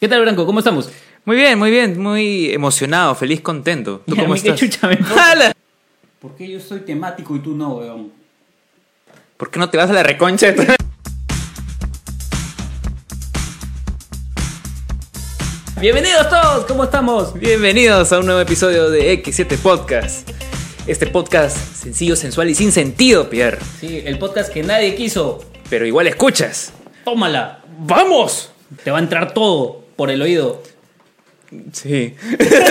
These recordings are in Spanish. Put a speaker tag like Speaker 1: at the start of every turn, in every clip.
Speaker 1: ¿Qué tal, Branco? ¿Cómo estamos?
Speaker 2: Muy bien, muy bien, muy emocionado, feliz, contento. ¿Tú
Speaker 1: ¿Y a
Speaker 2: cómo
Speaker 1: mí qué
Speaker 2: estás?
Speaker 1: chucha me importa?
Speaker 2: ¡Hala!
Speaker 3: ¿Por qué yo soy temático y tú no, weón?
Speaker 2: ¿Por qué no te vas a la reconcha? de tu-
Speaker 1: Bienvenidos todos, ¿cómo estamos?
Speaker 2: Bienvenidos a un nuevo episodio de X7 Podcast. Este podcast sencillo, sensual y sin sentido, Pierre.
Speaker 1: Sí, el podcast que nadie quiso.
Speaker 2: Pero igual escuchas.
Speaker 1: Tómala,
Speaker 2: ¡Vamos!
Speaker 1: te va a entrar todo por el oído.
Speaker 2: Sí.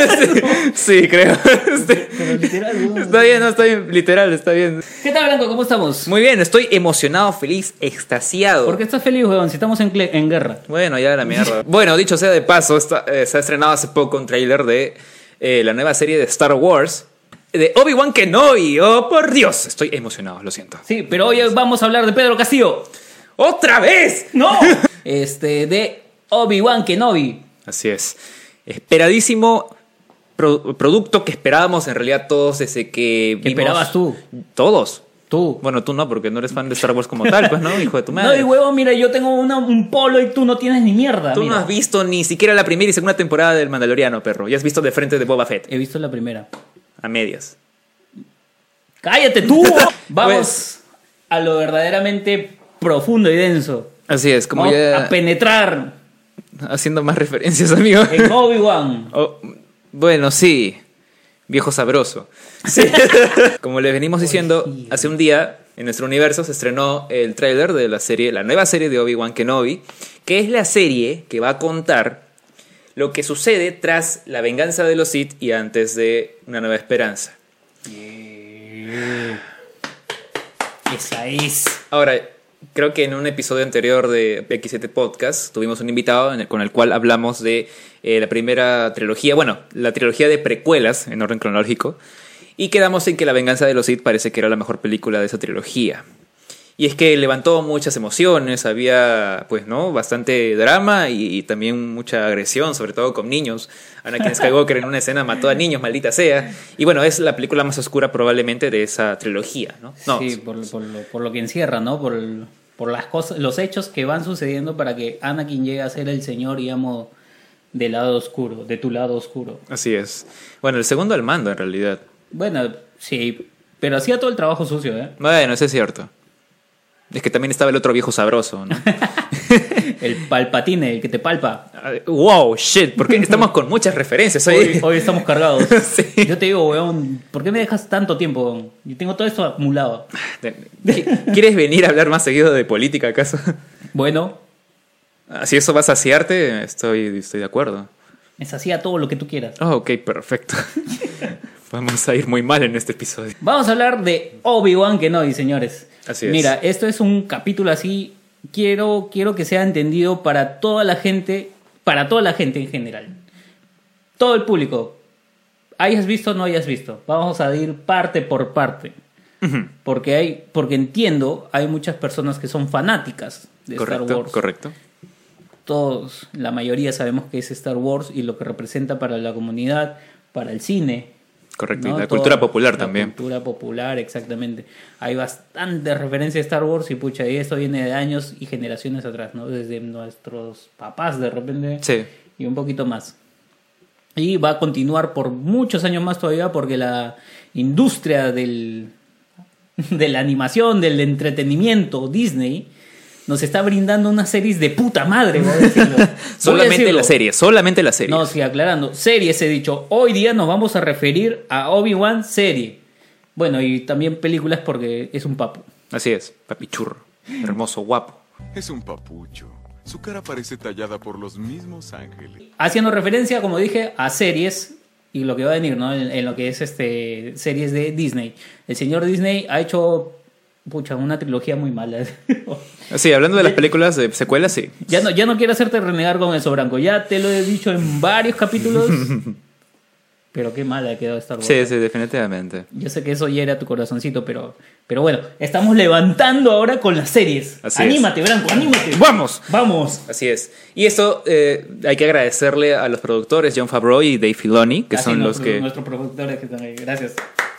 Speaker 2: sí, creo.
Speaker 3: Pero literal,
Speaker 2: Está bien, no, está bien, literal, está bien.
Speaker 1: ¿Qué tal, Branco? ¿Cómo estamos?
Speaker 2: Muy bien, estoy emocionado, feliz, extasiado.
Speaker 1: ¿Por qué estás feliz, weón? Si estamos en, cle- en guerra.
Speaker 2: Bueno, ya la mierda. bueno, dicho sea de paso, esta- eh, se ha estrenado hace poco un tráiler de eh, la nueva serie de Star Wars de Obi-Wan Kenobi. Oh, por Dios, estoy emocionado, lo siento.
Speaker 1: Sí, pero hoy vamos a hablar de Pedro Castillo.
Speaker 2: ¡Otra vez!
Speaker 1: ¡No! Este, de Obi-Wan Kenobi.
Speaker 2: Así es. Esperadísimo pro- producto que esperábamos en realidad todos desde que.
Speaker 1: ¿Qué
Speaker 2: vimos-
Speaker 1: esperabas tú?
Speaker 2: Todos.
Speaker 1: Tú.
Speaker 2: Bueno, tú no, porque no eres fan de Star Wars como tal, pues, ¿no? Hijo de tu madre.
Speaker 1: No, y huevón, mira, yo tengo una- un polo y tú no tienes ni mierda.
Speaker 2: Tú no
Speaker 1: mira.
Speaker 2: has visto ni siquiera la primera y segunda temporada del Mandaloriano, perro. Ya has visto de frente de Boba Fett.
Speaker 1: He visto la primera.
Speaker 2: A medias.
Speaker 1: ¡Cállate tú! Vamos
Speaker 2: Pues-
Speaker 1: a lo verdaderamente profundo y denso.
Speaker 2: Así es, como
Speaker 1: Vamos
Speaker 2: ya
Speaker 1: a penetrar
Speaker 2: haciendo más referencias, amigo.
Speaker 1: en Obi-Wan.
Speaker 2: Eh, Oh, bueno, sí. Viejo sabroso. Sí. como les venimos diciendo, hace un día en nuestro universo se estrenó el tráiler de la serie, la nueva serie de Obi-Wan Kenobi, que es la serie que va a contar lo que sucede tras la venganza de los Sith y antes de Una Nueva Esperanza.
Speaker 1: Esa es.
Speaker 2: Ahora, creo que en un episodio anterior de X7 Podcast tuvimos un invitado en el- con el cual hablamos de eh, la primera trilogía, bueno, la trilogía de precuelas en orden cronológico, y quedamos en que La venganza de los Sith parece que era la mejor película de esa trilogía. Y es que levantó muchas emociones, había, pues, ¿no? Bastante drama y, y también mucha agresión, sobre todo con niños. Anakin Skywalker en una escena mató a niños, maldita sea. Y bueno, es la película más oscura probablemente de esa trilogía, ¿no? No,
Speaker 1: sí, por, por lo, por lo que encierra, ¿no? Por, el- por las cosas, los hechos que van sucediendo para que Anakin llegue a ser el señor y amo del lado oscuro, de tu lado oscuro.
Speaker 2: Así es. Bueno, el segundo al mando, en realidad.
Speaker 1: Bueno, sí, pero hacía todo el trabajo sucio, ¿eh?
Speaker 2: Bueno, eso es cierto. Es que también estaba el otro viejo sabroso, ¿no?
Speaker 1: El palpatine, el que te palpa.
Speaker 2: Ah, wow, shit, porque estamos con muchas referencias
Speaker 1: Hoy,
Speaker 2: hoy.
Speaker 1: hoy estamos cargados.
Speaker 2: Sí.
Speaker 1: Yo te digo, weón, ¿por qué me dejas tanto tiempo? weón? Yo tengo todo esto acumulado.
Speaker 2: ¿Qui- ¿Quieres venir a hablar más seguido de política, acaso?
Speaker 1: Bueno,
Speaker 2: Ah, Si eso va a saciarte, estoy, estoy de acuerdo.
Speaker 1: me hacía todo lo que tú quieras.
Speaker 2: Ah, ok, perfecto. Vamos a ir muy mal en este episodio.
Speaker 1: Vamos a hablar de Obi-Wan Kenobi, señores.
Speaker 2: Así es.
Speaker 1: Mira, esto es un capítulo así. Quiero, quiero que sea entendido para toda la gente, para toda la gente en general. Todo el público. Hayas visto o no hayas visto. Vamos a ir parte por parte. Porque hay, porque entiendo, hay muchas personas que son fanáticas de Star
Speaker 2: Correcto,
Speaker 1: Wars.
Speaker 2: correcto.
Speaker 1: Todos, la mayoría sabemos que es Star Wars y lo que representa para la comunidad, para el cine,
Speaker 2: Correcto.
Speaker 1: ¿no?
Speaker 2: y la
Speaker 1: Todo-
Speaker 2: cultura popular
Speaker 1: la
Speaker 2: también.
Speaker 1: cultura popular, exactamente. Hay bastantes referencias a Star Wars y pucha, y esto viene de años y generaciones atrás, ¿no? Desde nuestros papás de repente
Speaker 2: Sí.
Speaker 1: y un poquito más. Y va a continuar por muchos años más todavía porque la industria del, de la animación, del entretenimiento, Disney, nos está brindando unas series de puta madre, voy a decirlo. Voy a
Speaker 2: Solamente
Speaker 1: decirlo.
Speaker 2: la serie, solamente la serie.
Speaker 1: No, sí, aclarando. Series he dicho. Hoy día nos vamos a referir a Obi-Wan serie. Bueno, y también películas porque es un papo.
Speaker 2: Así es, papichurro. Hermoso, guapo.
Speaker 4: Es un papucho. Su cara parece tallada por los mismos ángeles.
Speaker 1: Haciendo referencia, como dije, a series y lo que va a venir, ¿no? En, en lo que es este series de Disney. El señor Disney ha hecho, pucha, una trilogía muy mala.
Speaker 2: Sí, hablando de las películas de secuelas, sí.
Speaker 1: ya, no, ya no quiero hacerte renegar con eso, Branco. Ya te lo he dicho en varios capítulos. pero qué mala ha quedado esta
Speaker 2: Sí, sí, definitivamente.
Speaker 1: Yo sé que eso hiere a tu corazoncito, pero, pero bueno, estamos levantando ahora con las series.
Speaker 2: Así es.
Speaker 1: anímate, Branco, anímate.
Speaker 2: ¡Vamos!
Speaker 1: Vamos.
Speaker 2: Así es. Y esto eh, hay que agradecerle a los productores John Favreau y Dave Filoni, que
Speaker 1: Así
Speaker 2: son los
Speaker 1: nuestros-
Speaker 2: que...
Speaker 1: Nuestros productores que están ahí. Gracias.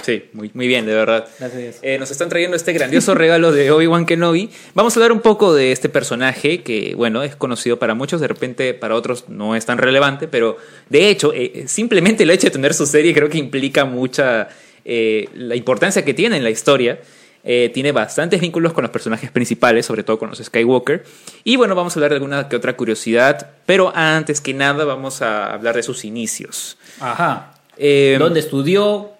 Speaker 2: Sí, muy, muy bien, de verdad.
Speaker 1: Gracias a Dios.
Speaker 2: Eh, nos están trayendo este grandioso regalo de Obi-Wan Kenobi. Vamos a hablar un poco de este personaje que, bueno, es conocido para muchos, de repente para otros no es tan relevante, pero de hecho, eh, simplemente el hecho de tener su serie creo que implica mucha eh, la importancia que tiene en la historia. Eh, tiene bastantes vínculos con los personajes principales, sobre todo con los Skywalker. Y bueno, vamos a hablar de alguna que otra curiosidad, pero antes que nada vamos a hablar de sus inicios.
Speaker 1: Ajá.
Speaker 2: Eh,
Speaker 1: ¿Dónde estudió?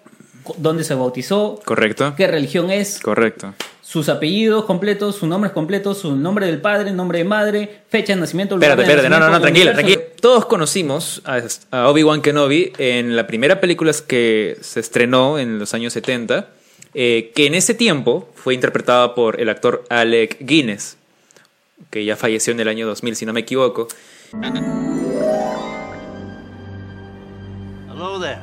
Speaker 1: Co- ¿Dónde se bautizó?
Speaker 2: Correcto.
Speaker 1: ¿Qué religión es?
Speaker 2: Correcto.
Speaker 1: Sus apellidos completos, sus nombres completos, su nombre del padre, nombre de madre, fecha de nacimiento. lugar
Speaker 2: Espérate,
Speaker 1: de
Speaker 2: espérate, no, no, no,
Speaker 1: nacimiento,
Speaker 2: tranquilo, tranquilo.
Speaker 1: universo-
Speaker 2: Todos conocimos a, a Obi-Wan Kenobi en la primera película que se estrenó en los años 70, eh, que en ese tiempo fue interpretada por el actor Alec Guinness, que ya falleció en el año 2000, si no me equivoco.
Speaker 5: Hello there.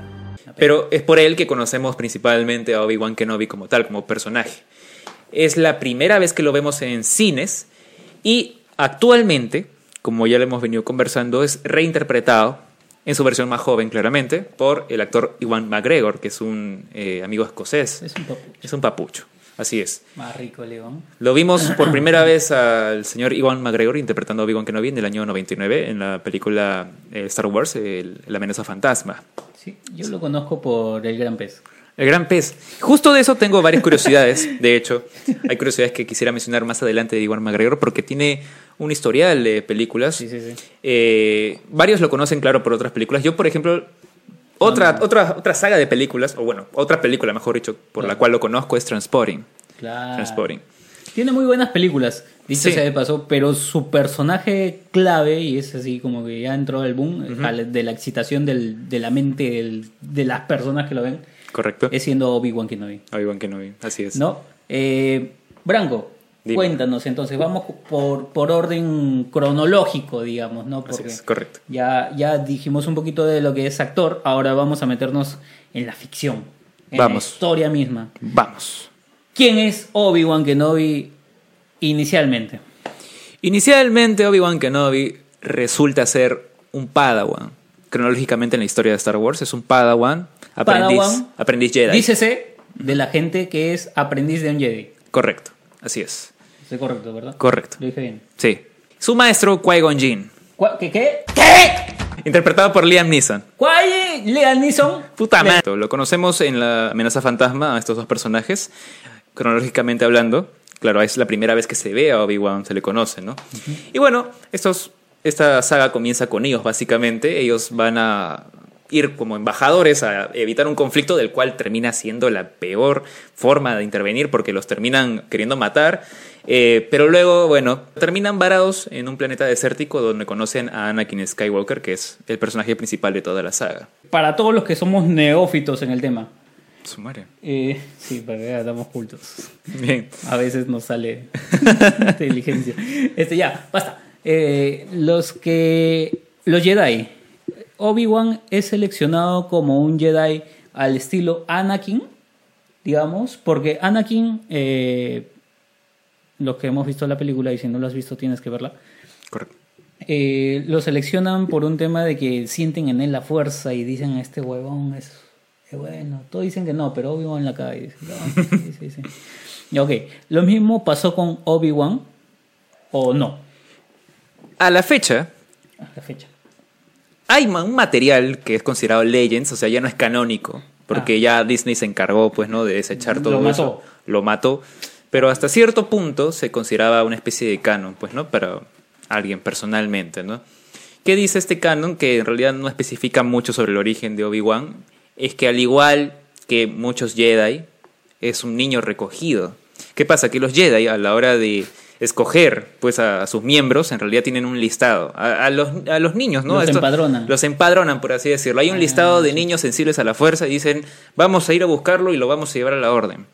Speaker 2: Pero es por él que conocemos principalmente a Obi-Wan Kenobi como tal, como personaje. Es la primera vez que lo vemos en cines y actualmente, como ya lo hemos venido conversando, es reinterpretado en su versión más joven, claramente, por el actor Iwan McGregor, que es un eh, amigo escocés.
Speaker 1: Es un poco
Speaker 2: Es un papucho. Así es.
Speaker 1: más rico, León.
Speaker 2: Lo vimos por primera vez al señor Iwan McGregor interpretando a Obi-Wan Kenobi en el año 99 en la película eh, Star Wars, el- La amenaza fantasma.
Speaker 1: Sí, yo lo conozco por el gran pez.
Speaker 2: El gran pez. Justo de eso tengo varias curiosidades, de hecho. Hay curiosidades que quisiera mencionar más adelante de Iwan McGregor porque tiene un historial de películas.
Speaker 1: Sí, sí, sí.
Speaker 2: Eh, varios lo conocen, claro, por otras películas. Yo, por ejemplo, otra, otra, otra saga de películas, o bueno, otra película, mejor dicho, por
Speaker 1: Ah.
Speaker 2: la cual lo conozco es Transporting.
Speaker 1: Claro.
Speaker 2: Transporting.
Speaker 1: Tiene muy buenas películas, dicho
Speaker 2: Sí.
Speaker 1: sea de paso, pero su personaje clave, y es así como que ya entró el boom, al- de la excitación del- de la mente del- de las personas que lo ven,
Speaker 2: Correcto. Ah,
Speaker 1: es siendo Obi-Wan Kenobi.
Speaker 2: Obi-Wan Kenobi, así es.
Speaker 1: ¿No? Eh, Branco,
Speaker 2: Dime.
Speaker 1: cuéntanos entonces, vamos por, por orden cronológico, digamos, ¿no?
Speaker 2: Así
Speaker 1: Porque
Speaker 2: es, correcto.
Speaker 1: ya, ya dijimos un poquito de lo que es actor, ahora vamos a meternos en la ficción, en
Speaker 2: Vamos.
Speaker 1: la historia misma.
Speaker 2: Vamos.
Speaker 1: ¿Quién es Obi-Wan Kenobi inicialmente?
Speaker 2: Inicialmente, Obi-Wan Kenobi resulta ser un Padawan. Cronológicamente en la historia de Star Wars es un Padawan, aprendiz,
Speaker 1: Padawan.
Speaker 2: aprendiz Jedi.
Speaker 1: Dícese de la gente que es aprendiz de un Jedi.
Speaker 2: Correcto, así es.
Speaker 1: Estoy correcto, ¿verdad?
Speaker 2: Correcto.
Speaker 1: Lo dije bien.
Speaker 2: Sí. Su maestro, Qui-Gon Jinn,
Speaker 1: ¿Cuá- ¿Qué? ¿Qué? ¿Qué?
Speaker 2: interpretado por Liam Neeson.
Speaker 1: ¿Cuál es Liam Neeson?
Speaker 2: Puta madre. Lo conocemos en la amenaza fantasma a estos dos personajes, cronológicamente hablando. Claro, es la primera vez que se ve a Obi-Wan, se le conoce, ¿no? Y bueno, estos, esta saga comienza con ellos, básicamente. Ellos van a ir como embajadores a evitar un conflicto del cual termina siendo la peor forma de intervenir porque los terminan queriendo matar. Eh, pero luego, bueno, terminan varados en un planeta desértico donde conocen a Anakin Skywalker, que es el personaje principal de toda la saga.
Speaker 1: Para todos los que somos neófitos en el tema.
Speaker 2: Su madre.
Speaker 1: Eh, sí, para que andamos cultos.
Speaker 2: Bien.
Speaker 1: A veces nos sale inteligencia. Este, ya, basta. Eh, los que. Los Jedi. Obi-Wan es seleccionado como un Jedi al estilo Anakin, digamos, porque Anakin. eh, los que hemos visto la película y si no lo has visto tienes que verla.
Speaker 2: Correcto.
Speaker 1: eh, lo seleccionan por un tema de que sienten en él la fuerza y dicen, este huevón es, es bueno. Todos dicen que no, pero Obi-Wan la cae. Dicen, "No, sí, sí, sí". Y, Ok, lo mismo pasó con Obi-Wan, o no,
Speaker 2: A la fecha,
Speaker 1: a la fecha.
Speaker 2: hay ma- un material que es considerado Legends, o sea, ya no es canónico, porque ya Disney se encargó, pues, ¿no? De desechar
Speaker 1: Ah. Lo
Speaker 2: todo
Speaker 1: mató.
Speaker 2: eso. Lo mató. Pero hasta cierto punto se consideraba una especie de canon, pues, ¿no? Para alguien personalmente, ¿no? ¿Qué dice este canon? Que en realidad no especifica mucho sobre el origen de Obi-Wan. Es que al igual que muchos Jedi, es un niño recogido. ¿Qué pasa? Que los Jedi a la hora de escoger pues a, a sus miembros en realidad tienen un listado. A, a los, a los niños, ¿no?
Speaker 1: Los
Speaker 2: A
Speaker 1: empadronan. Ah,
Speaker 2: Los empadronan, por así decirlo. Hay un listado de niños sensibles a la fuerza y dicen, vamos a ir a buscarlo y lo vamos a llevar a la orden.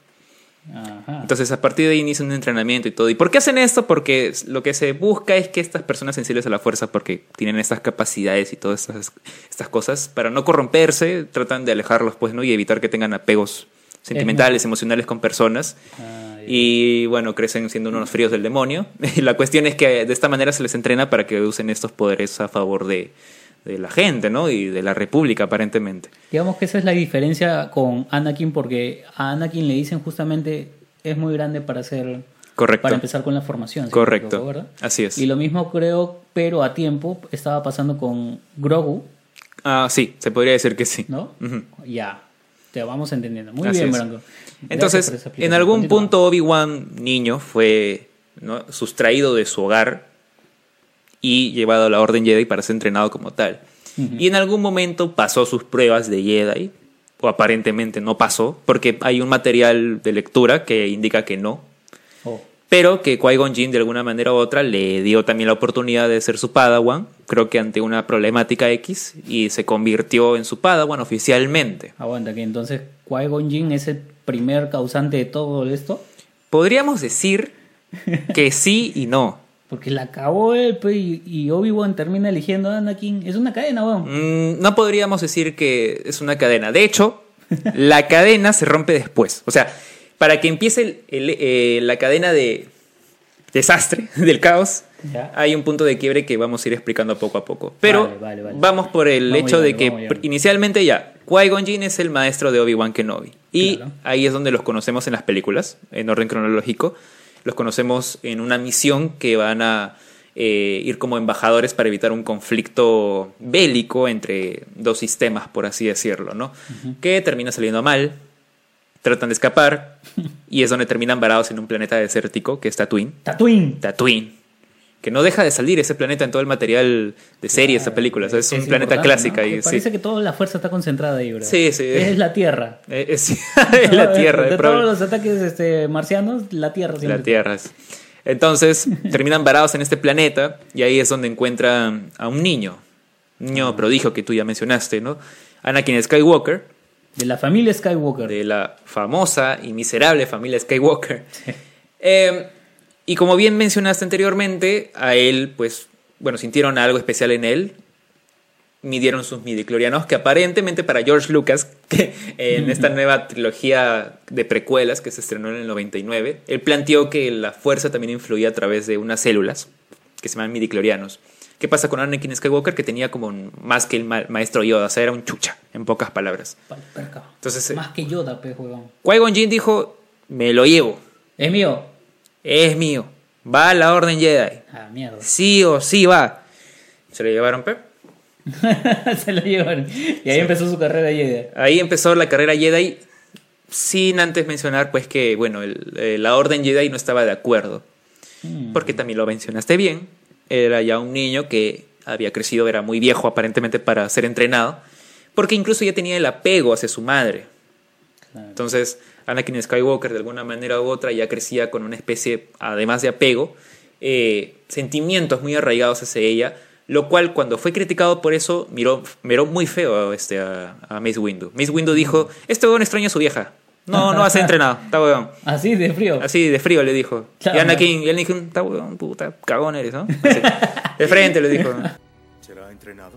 Speaker 1: Ajá.
Speaker 2: Entonces, a partir de ahí inicia un entrenamiento y todo. ¿Y por qué hacen esto? Porque s- lo que se busca es que estas personas sensibles a la fuerza, porque tienen estas capacidades y todas estas, estas cosas, para no corromperse, tratan de alejarlos, pues, ¿no? Y evitar que tengan apegos sentimentales, emocionales con personas.
Speaker 1: Ah, ya.
Speaker 2: Y bueno, crecen siendo unos fríos del demonio. Y la cuestión es que de esta manera se les entrena para que usen estos poderes a favor de, de la gente, ¿no? Y de la República, aparentemente.
Speaker 1: Digamos que esa es la diferencia con Anakin, porque a Anakin le dicen justamente es muy grande para ser.
Speaker 2: Correcto.
Speaker 1: Para empezar con la formación. si no me
Speaker 2: Correcto.
Speaker 1: equivoco, ¿verdad?
Speaker 2: Así es.
Speaker 1: Y lo mismo creo, pero a tiempo, estaba pasando con Grogu,
Speaker 2: Ah, sí, se podría decir que sí.
Speaker 1: ¿no?
Speaker 2: Ujú.
Speaker 1: Ya. Te vamos entendiendo. Muy
Speaker 2: Así
Speaker 1: bien,
Speaker 2: es.
Speaker 1: Branco. Gracias por esa
Speaker 2: Entonces,
Speaker 1: explicación.
Speaker 2: en algún
Speaker 1: Continúa.
Speaker 2: punto Obi-Wan niño fue ¿no? sustraído de su hogar y llevado a la Orden Jedi para ser entrenado como tal. Y en algún momento pasó sus pruebas de Jedi, o aparentemente no pasó, porque hay un material de lectura que indica que no,
Speaker 1: Oh,
Speaker 2: pero que Qui-Gon Jinn de alguna manera u otra le dio también la oportunidad de ser su padawan, creo que ante una problemática X, y se convirtió en su padawan oficialmente.
Speaker 1: aguanta, que entonces Qui-Gon Jinn es el primer causante de todo esto.
Speaker 2: Podríamos decir que sí y no.
Speaker 1: Porque la acabó él, pe, y, y Obi-Wan termina eligiendo a Anakin. Es una cadena, weón.
Speaker 2: Mm, no podríamos decir que es una cadena. De hecho, la cadena se rompe después. O sea, para que empiece el- el- eh, la cadena de desastre, del caos,
Speaker 1: Ya.
Speaker 2: hay un punto de quiebre que vamos a ir explicando poco a poco. Pero
Speaker 1: Vale, vale, vale.
Speaker 2: vamos por el
Speaker 1: Vamos
Speaker 2: hecho de
Speaker 1: llegando,
Speaker 2: que
Speaker 1: vamos
Speaker 2: pr-
Speaker 1: llegando.
Speaker 2: inicialmente ya, Qui-Gon Jinn es el maestro de Obi-Wan Kenobi. Y
Speaker 1: Claro.
Speaker 2: ahí es donde los conocemos en las películas, en orden cronológico. Los conocemos en una misión que van a eh, ir como embajadores para evitar un conflicto bélico entre dos sistemas, por así decirlo, ¿no? Que termina saliendo mal, tratan de escapar y es donde terminan varados en un planeta desértico que es Tatooine.
Speaker 1: Tatooine.
Speaker 2: Tatooine. Que no deja de salir ese planeta en todo el material de series, de películas. Es, un planeta
Speaker 1: importante,
Speaker 2: clásica.
Speaker 1: ¿no?
Speaker 2: y
Speaker 1: Me
Speaker 2: sí.
Speaker 1: Parece que toda la fuerza está concentrada ahí, bro.
Speaker 2: Sí, sí.
Speaker 1: Es la Tierra.
Speaker 2: Eh, es- es la Tierra,
Speaker 1: De, todos
Speaker 2: el problema.
Speaker 1: los ataques este, marcianos, la Tierra siempre.
Speaker 2: La Tierra es. Entonces terminan varados en este planeta y ahí es donde encuentran a un niño. Un niño prodigio que tú ya mencionaste, ¿no? Anakin Skywalker,
Speaker 1: De la familia Skywalker.
Speaker 2: de la famosa y miserable familia Skywalker. Eh, y como bien mencionaste anteriormente, a él, pues, bueno, sintieron algo especial en él. Midieron sus midiclorianos, que aparentemente para George Lucas, que en esta nueva trilogía de precuelas que se estrenó en el 99, él planteó que la fuerza también influía a través de unas células que se llaman midiclorianos. ¿Qué pasa con Anakin Skywalker? Que tenía como un- más que el ma- maestro Yoda, o sea, era un chucha, en pocas palabras.
Speaker 1: Pal- perca.
Speaker 2: Entonces, eh,
Speaker 1: Más que Yoda, pe, huevón.
Speaker 2: Qui-Gon Jinn dijo, me lo llevo,
Speaker 1: Es mío.
Speaker 2: es mío, va a la Orden Jedi,
Speaker 1: Ah, mierda.
Speaker 2: sí o sí va. Se lo llevaron, Pep.
Speaker 1: Se lo llevaron. Y ahí empezó su carrera Jedi.
Speaker 2: Ahí empezó la carrera Jedi, sin antes mencionar pues que, bueno, el- eh, la Orden Jedi no estaba de acuerdo, porque también lo mencionaste bien, era ya un niño que había crecido, era muy viejo aparentemente para ser entrenado, porque incluso ya tenía el apego hacia su madre.
Speaker 1: Claro.
Speaker 2: Entonces, Anakin Skywalker, de alguna manera u otra, ya crecía con una especie, además de apego, eh, sentimientos muy arraigados hacia ella, lo cual, cuando fue criticado por eso, miró, miró muy feo a, este, a, a Mace Windu. Mace Windu dijo: Este weón extraña a su vieja. No, no va a ser entrenado, está weón.
Speaker 1: Así de frío.
Speaker 2: Así de frío le dijo.
Speaker 1: Claro.
Speaker 2: Y Anakin, y Anakin, está weón, puta, cagón eres, ¿no? Así. De frente le dijo.
Speaker 5: ¿Será entrenado?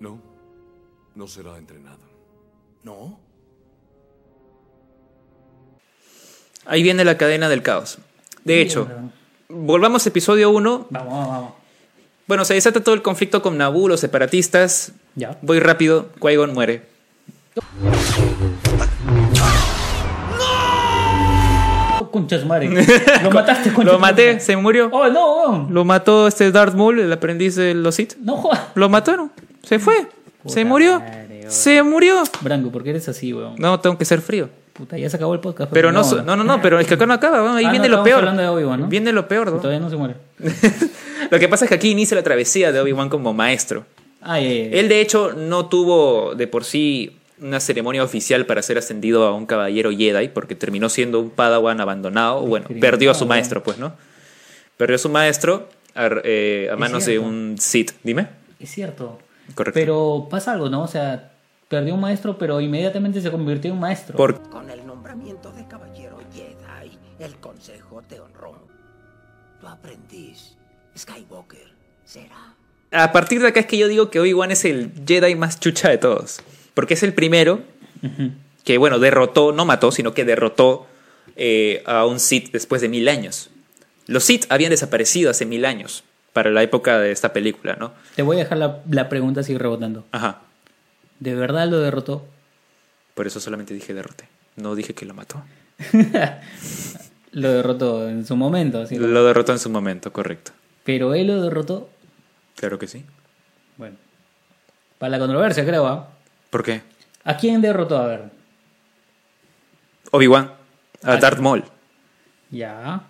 Speaker 4: No, no será entrenado.
Speaker 5: No.
Speaker 2: Ahí viene la cadena del caos. De hecho,
Speaker 1: Mierda.
Speaker 2: volvamos a episodio 1.
Speaker 1: Vamos, vamos, vamos.
Speaker 2: Bueno, se desata todo el conflicto con Naboo, los separatistas.
Speaker 1: Ya.
Speaker 2: Voy rápido, Qui-Gon muere.
Speaker 1: Oh, Concha su madre. Lo mataste, concha
Speaker 2: Lo
Speaker 1: tu
Speaker 2: maté,
Speaker 1: madre.
Speaker 2: se murió.
Speaker 1: Oh, no, weón.
Speaker 2: Lo mató este Darth Maul, el aprendiz de los Sith.
Speaker 1: No jodas.
Speaker 2: Lo mataron. Se fue.
Speaker 1: Puta
Speaker 2: Se murió.
Speaker 1: madre, oh. bro.
Speaker 2: Se murió.
Speaker 1: Branco, ¿por qué eres así, weón?
Speaker 2: No, tengo que ser frío.
Speaker 1: Puta, ya se acabó el podcast.
Speaker 2: Pero no,
Speaker 1: weón.
Speaker 2: so- no, no, no, pero es que acá no acaba. ¿no? Ahí
Speaker 1: Ah, no,
Speaker 2: viene lo
Speaker 1: estamos
Speaker 2: peor.
Speaker 1: hablando de Obi-Wan, ¿no?
Speaker 2: Viene lo peor. ¿no?
Speaker 1: Todavía no se muere.
Speaker 2: lo que pasa es que aquí inicia la travesía de Obi-Wan como maestro.
Speaker 1: Ah, ya, ya, ya.
Speaker 2: Él de hecho no tuvo de por sí una ceremonia oficial para ser ascendido a un caballero Jedi porque terminó siendo un padawan abandonado, bueno,
Speaker 1: Discriminado,
Speaker 2: perdió a su
Speaker 1: ¿no?
Speaker 2: maestro, pues, ¿no? Perdió a su maestro a, eh, a
Speaker 1: Es
Speaker 2: manos de
Speaker 1: cierto.
Speaker 2: un Sith, dime.
Speaker 1: Es cierto.
Speaker 2: Correcto.
Speaker 1: Pero pasa algo, ¿no? O sea, perdió un maestro, pero inmediatamente se convirtió en un maestro.
Speaker 2: Por-
Speaker 6: Con el nombramiento de caballero Jedi, el consejo te honró. Tu aprendiz, Skywalker, será.
Speaker 2: a partir de acá es que yo digo que Obi-Wan es el Jedi más chucha de todos, porque es el primero que, bueno, derrotó, no mató, sino que derrotó eh, a un Sith después de mil años. Los Sith habían desaparecido hace mil años, para la época de esta película, ¿no?
Speaker 1: Te voy a dejar la, la pregunta así rebotando.
Speaker 2: Ajá.
Speaker 1: ¿De verdad lo derrotó?
Speaker 2: Por eso solamente dije derrote. No dije que lo mató.
Speaker 1: Lo derrotó en su momento. así lo-
Speaker 2: Lo derrotó en su momento, correcto.
Speaker 1: Pero él lo derrotó.
Speaker 2: Claro que sí.
Speaker 1: Bueno. Para la controversia, creo. ¿ah?
Speaker 2: ¿Por qué?
Speaker 1: ¿A quién derrotó? A ver.
Speaker 2: Obi-Wan. A Darth Maul.
Speaker 1: Ya.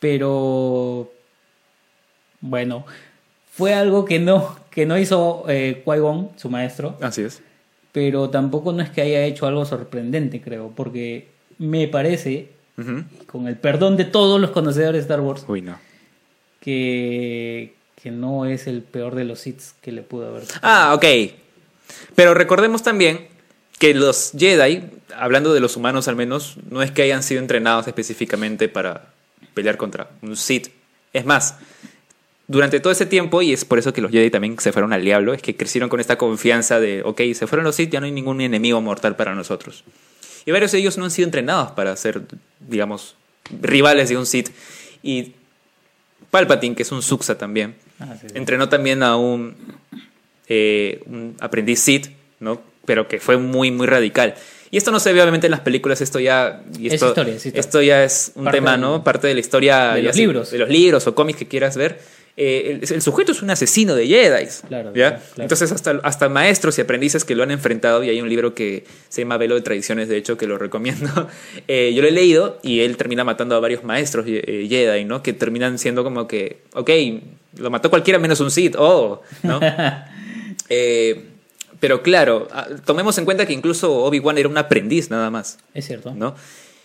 Speaker 1: Pero. Bueno. Fue algo que no, que no hizo eh, Qui-Gon, su maestro.
Speaker 2: Así es.
Speaker 1: Pero tampoco no es que haya hecho algo sorprendente, creo. Porque me parece,
Speaker 2: Ujú.
Speaker 1: y con el perdón de todos los conocedores de Star Wars,
Speaker 2: Uy, no.
Speaker 1: que, que no es el peor de los hits que le pudo haber.
Speaker 2: Ah, ok. Pero recordemos también que los Jedi, hablando de los humanos al menos, no es que hayan sido entrenados específicamente para pelear contra un Sith. Es más, durante todo ese tiempo, y es por eso que los Jedi también se fueron al diablo, es que crecieron con esta confianza de, ok, se fueron los Sith, ya no hay ningún enemigo mortal para nosotros. Y varios de ellos no han sido entrenados para ser, digamos, rivales de un Sith. Y Palpatine, que es un Suxa también,
Speaker 1: Ah, sí, sí.
Speaker 2: entrenó también a un eh, un aprendiz Sith, ¿no? Pero que fue muy, muy radical. Y esto no se ve obviamente en las películas, esto ya... y
Speaker 1: Es
Speaker 2: esto,
Speaker 1: historia, es historia.
Speaker 2: Esto ya es un
Speaker 1: Parte
Speaker 2: tema,
Speaker 1: del-
Speaker 2: ¿no? Parte de la historia...
Speaker 1: de
Speaker 2: ya
Speaker 1: los
Speaker 2: sea-
Speaker 1: libros.
Speaker 2: De los libros o cómics que quieras ver. Eh, el, el sujeto es un asesino de Jedi.
Speaker 1: Claro, claro,
Speaker 2: ¿ya?
Speaker 1: claro.
Speaker 2: Entonces hasta, hasta maestros y aprendices que lo han enfrentado, y hay un libro que se llama Velo de Tradiciones, de hecho, que lo recomiendo. Eh, yo lo he leído y él termina matando a varios maestros eh, Jedi, ¿no? Que terminan siendo como que, ok, lo mató cualquiera menos un Sith, oh, ¿no? Eh, pero claro, ah, tomemos en cuenta que incluso Obi-Wan era un aprendiz nada más,
Speaker 1: Es cierto.
Speaker 2: ¿no?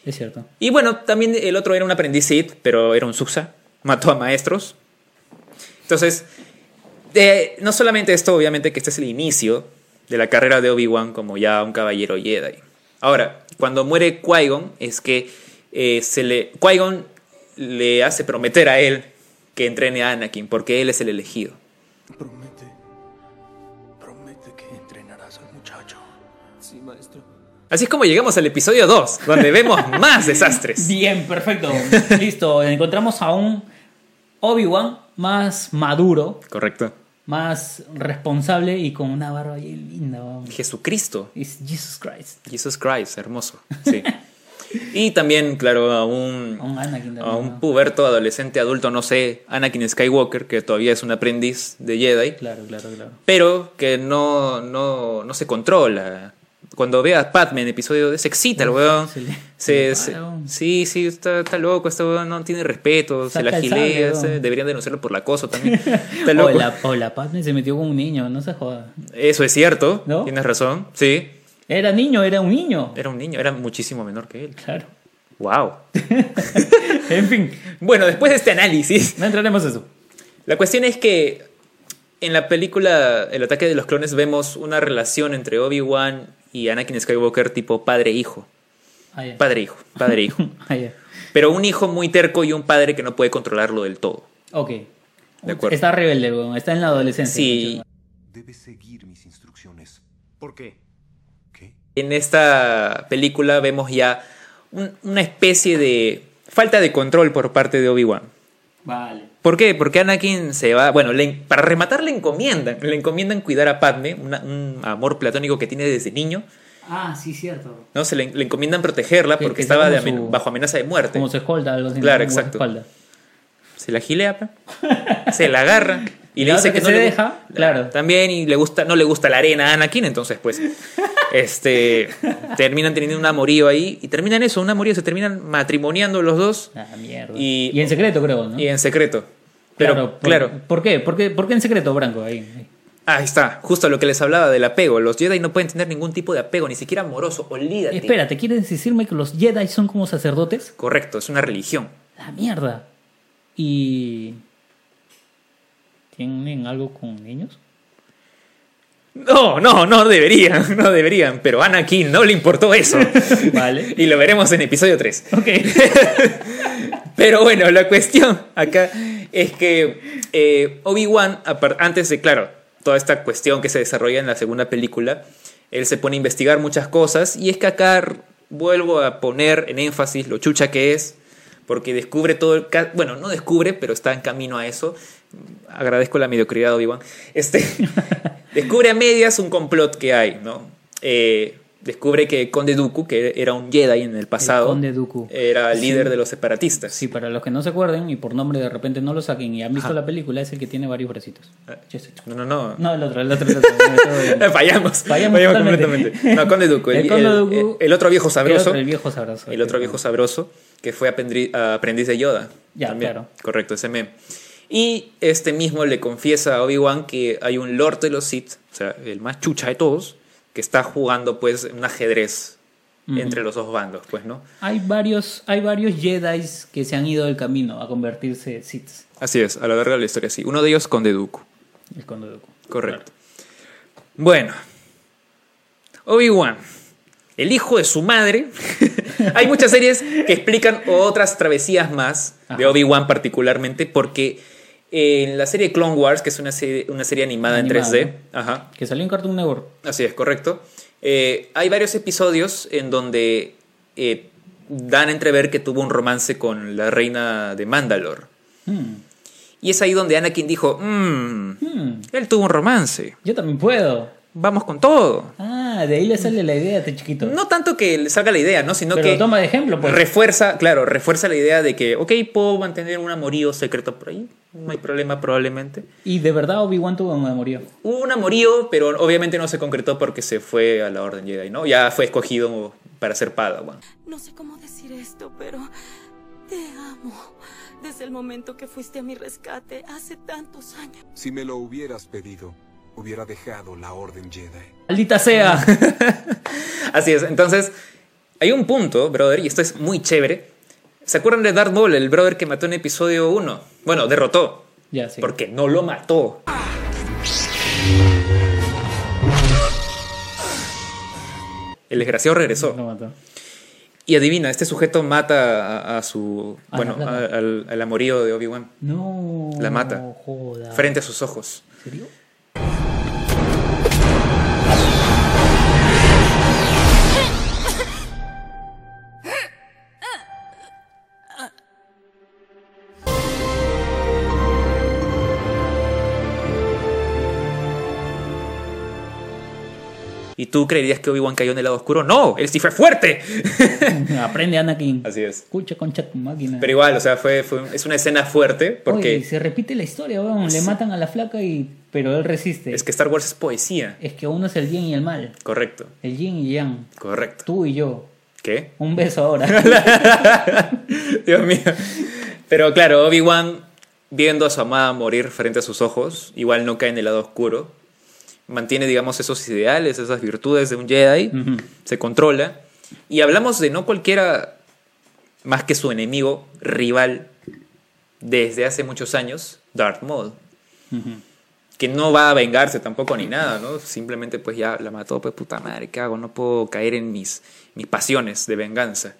Speaker 1: Es cierto.
Speaker 2: Y bueno, también el otro era un aprendiz Sith, pero era un Suxa, mató a maestros. Entonces, eh, no solamente esto, obviamente que este es el inicio de la carrera de Obi-Wan como ya un caballero Jedi. Ahora, cuando muere Qui-Gon es que eh, se le Qui-Gon le hace prometer a él que entrene a Anakin porque él es el elegido.
Speaker 5: Promete. Promete que entrenarás al muchacho. Sí, maestro.
Speaker 2: Así es como llegamos al episodio 2, donde vemos más desastres.
Speaker 1: Bien, perfecto. Listo. Encontramos a un Obi-Wan más maduro,
Speaker 2: Correcto.
Speaker 1: más responsable y con una barba bien linda. vamos.
Speaker 2: Jesucristo.
Speaker 1: Es Jesus Christ.
Speaker 2: Jesus Christ, hermoso. Sí. y también, claro, a un,
Speaker 1: A un Anakin también,
Speaker 2: a un
Speaker 1: ¿no?
Speaker 2: puberto, adolescente, adulto, no sé, Anakin Skywalker, que todavía es un aprendiz de Jedi,
Speaker 1: Claro, claro, claro.
Speaker 2: pero que no, no, no se controla. Cuando ve a Padme en episodio de se excita el weón.
Speaker 1: se le-
Speaker 2: Se-
Speaker 1: se le
Speaker 2: se-
Speaker 1: para, weón.
Speaker 2: sí, sí, está, está loco, este weón no tiene respeto, se
Speaker 1: Saca
Speaker 2: la
Speaker 1: el sable,
Speaker 2: gilea,
Speaker 1: weón.
Speaker 2: se- deberían denunciarlo por la acoso también. Está
Speaker 1: O
Speaker 2: loco.
Speaker 1: la, o la Padme se metió con un niño, no se joda.
Speaker 2: Eso es cierto,
Speaker 1: ¿No?
Speaker 2: tienes razón, sí.
Speaker 1: Era niño, era un niño.
Speaker 2: Era un niño, era muchísimo menor que él.
Speaker 1: Claro.
Speaker 2: Wow.
Speaker 1: En fin,
Speaker 2: Bueno, después de este análisis,
Speaker 1: no entraremos en eso.
Speaker 2: la cuestión es que en la película El ataque de los clones vemos una relación entre Obi-Wan y Anakin Skywalker tipo padre-hijo.
Speaker 1: Ah, ya.
Speaker 2: Padre-hijo, padre-hijo.
Speaker 1: Ah, ya.
Speaker 2: Pero un hijo muy terco y un padre que no puede controlarlo del todo.
Speaker 1: Ok.
Speaker 2: De acuerdo.
Speaker 1: Está rebelde, weón. Está en la adolescencia.
Speaker 2: Sí,
Speaker 5: Debes seguir mis instrucciones.
Speaker 7: ¿Por qué?
Speaker 5: ¿Qué?
Speaker 2: en esta película vemos ya un- una especie de falta de control por parte de Obi-Wan.
Speaker 3: Vale.
Speaker 2: ¿Por qué? Porque Anakin se va. Bueno, le- para rematar, le encomiendan. Le encomiendan cuidar a Padme, una- un amor platónico que tiene desde niño.
Speaker 3: Ah, sí, cierto.
Speaker 2: ¿no? Se le, le encomiendan protegerla
Speaker 1: Que-
Speaker 2: porque
Speaker 1: que sea
Speaker 2: estaba de
Speaker 1: como
Speaker 2: amen-
Speaker 1: su-
Speaker 2: bajo amenaza de muerte.
Speaker 1: Como su escolta, algo así.
Speaker 2: Claro,
Speaker 1: ¿no? Como su
Speaker 2: exacto.
Speaker 1: Espalda.
Speaker 2: Se la gilea, pa. se la agarra y le
Speaker 1: La
Speaker 2: dice
Speaker 1: otra
Speaker 2: que,
Speaker 1: que
Speaker 2: no
Speaker 1: se
Speaker 2: le
Speaker 1: deja,
Speaker 2: gu-
Speaker 1: claro.
Speaker 2: También y le gusta, no le gusta la arena a Anakin, entonces pues este terminan teniendo un amorío ahí y terminan eso, un amorío, se terminan matrimoniando los dos
Speaker 1: Ah, mierda.
Speaker 2: Y-
Speaker 1: Y, en secreto, creo, ¿no?
Speaker 2: y en secreto. Pero claro,
Speaker 1: por, ¿Por qué? ¿Por qué, por qué en secreto, Branco? Ahí, ahí.
Speaker 2: Ahí está, justo lo que les hablaba del apego. Los Jedi no pueden tener ningún tipo de apego, ni siquiera amoroso. Olvídate.
Speaker 1: Espérate, ¿quieres decirme que los Jedi son como sacerdotes?
Speaker 2: Correcto, es una religión.
Speaker 1: La mierda. ¿Y tienen algo con niños?
Speaker 2: No, no, no deberían, no deberían, pero a Anakin no le importó eso.
Speaker 1: Vale.
Speaker 2: Y lo veremos en episodio 3.
Speaker 1: Ok.
Speaker 2: Pero bueno, la cuestión acá es que eh, Obi-Wan, apar- antes de, claro, toda esta cuestión que se desarrolla en la segunda película, él se pone a investigar muchas cosas y es que acá r- vuelvo a poner en énfasis lo chucha que es, porque descubre todo, el ca- bueno, no descubre, pero está en camino a eso, agradezco la mediocridad de Obi-Wan. Este, descubre a medias un complot que hay, ¿no? Eh, descubre que Conde Dooku, que era un Jedi en el pasado,
Speaker 1: Conde Dooku.
Speaker 2: era líder de los separatistas.
Speaker 1: Sí, para los que no se acuerden y por nombre de repente no lo saquen y han visto la película, es el que tiene varios bracitos.
Speaker 2: Ah.
Speaker 1: Ya estoy-
Speaker 2: No, no, no.
Speaker 1: No, el otro, el otro, el otro. me estoy
Speaker 2: Eh,
Speaker 1: olvidando.
Speaker 2: Fallamos.
Speaker 1: Fallamos totalmente.
Speaker 2: completamente. No, Conde Dooku. El,
Speaker 1: El Conde
Speaker 2: el-
Speaker 1: Dooku-
Speaker 2: el otro viejo
Speaker 1: El
Speaker 2: sabroso.
Speaker 1: otro, el viejo sabroso.
Speaker 2: El otro viejo sabroso que fue aprendri- a- aprendiz de Yoda.
Speaker 1: Ya,
Speaker 2: también.
Speaker 1: claro.
Speaker 2: Correcto, ese meme. Y este mismo le confiesa a Obi-Wan que hay un Lord de los Sith, o sea, el más chucha de todos, que está jugando pues un ajedrez entre los dos bandos, pues, ¿no?
Speaker 1: Hay varios, hay varios Jedi que se han ido del camino a convertirse en Sith.
Speaker 2: Así es, a lo largo de la historia, sí. Uno de ellos con Dooku.
Speaker 1: El Conde Dooku.
Speaker 2: Correcto. Bueno. Obi-Wan. El hijo de su madre. Hay muchas series que explican otras travesías más de
Speaker 1: Ajá.
Speaker 2: Obi-Wan particularmente porque en la serie Clone Wars, que es una serie, una serie animada,
Speaker 1: Animada,
Speaker 2: en 3D, ajá,
Speaker 1: Que salió en Cartoon Network.
Speaker 2: Así es, correcto. Eh, hay varios episodios en donde eh, dan a entrever que tuvo un romance con la reina de Mandalore. Y es ahí donde Anakin dijo, "Mm,
Speaker 1: Hmm,
Speaker 2: él tuvo un romance,
Speaker 1: yo también puedo.
Speaker 2: vamos con todo.
Speaker 1: Ah, de ahí le sale la idea, te chiquito.
Speaker 2: No tanto que le salga la idea, ¿no? Sino
Speaker 1: Pero
Speaker 2: que
Speaker 1: toma de ejemplo, pues.
Speaker 2: refuerza, claro, refuerza la idea de que, ok, puedo mantener un amorío secreto por ahí, no hay problema probablemente.
Speaker 1: Y de verdad Obi-Wan tuvo un amorío.
Speaker 2: Hubo un amorío, pero obviamente no se concretó porque se fue a la Orden Jedi, ¿no? Ya fue escogido para ser Padawan.
Speaker 7: No sé cómo decir esto, pero te amo. Desde el momento que fuiste a mi rescate hace tantos años.
Speaker 5: Si me lo hubieras pedido, hubiera dejado la Orden Jedi.
Speaker 1: Maldita sea.
Speaker 2: Así es, entonces hay un punto, brother, y esto es muy chévere. ¿Se acuerdan de Darth Maul, el brother que mató en episodio 1? Bueno, derrotó,
Speaker 1: ya, sí.
Speaker 2: porque no lo mató. El desgraciado regresó.
Speaker 1: Lo mató.
Speaker 2: Y adivina, este sujeto mata a, a su.
Speaker 1: A la
Speaker 2: bueno,
Speaker 1: flaca.
Speaker 2: a- al, al amorío de Obi-Wan.
Speaker 1: No.
Speaker 2: La mata.
Speaker 1: Joda.
Speaker 2: Frente a sus ojos.
Speaker 1: ¿En serio?
Speaker 2: ¿Y tú creerías que Obi-Wan cayó en el lado oscuro? ¡No! ¡Él sí fue fuerte!
Speaker 1: Aprende Anakin.
Speaker 2: Así es.
Speaker 1: Escucha concha tu máquina.
Speaker 2: Pero igual, o sea, fue, fue- es una escena fuerte porque.
Speaker 1: Oye, se repite la historia, weón. Le matan a la flaca y. Pero él resiste.
Speaker 2: Es que Star Wars es poesía.
Speaker 1: Es que uno es el bien y el mal.
Speaker 2: Correcto,
Speaker 1: El yin y yang.
Speaker 2: correcto.
Speaker 1: Tú y yo.
Speaker 2: ¿Qué?
Speaker 1: Un beso ahora.
Speaker 2: Dios mío. Pero claro, Obi-Wan, viendo a su amada morir frente a sus ojos, igual no cae en el lado oscuro. Mantiene, digamos, esos ideales, esas virtudes de un Jedi.
Speaker 1: Ujú.
Speaker 2: Se controla. Y hablamos de no cualquiera más que su enemigo, rival, desde hace muchos años, Darth Maul. Que no va a vengarse tampoco ni nada, ¿no? Simplemente pues ya la mató, pues puta madre, ¿qué hago? No puedo caer en mis, mis pasiones de venganza.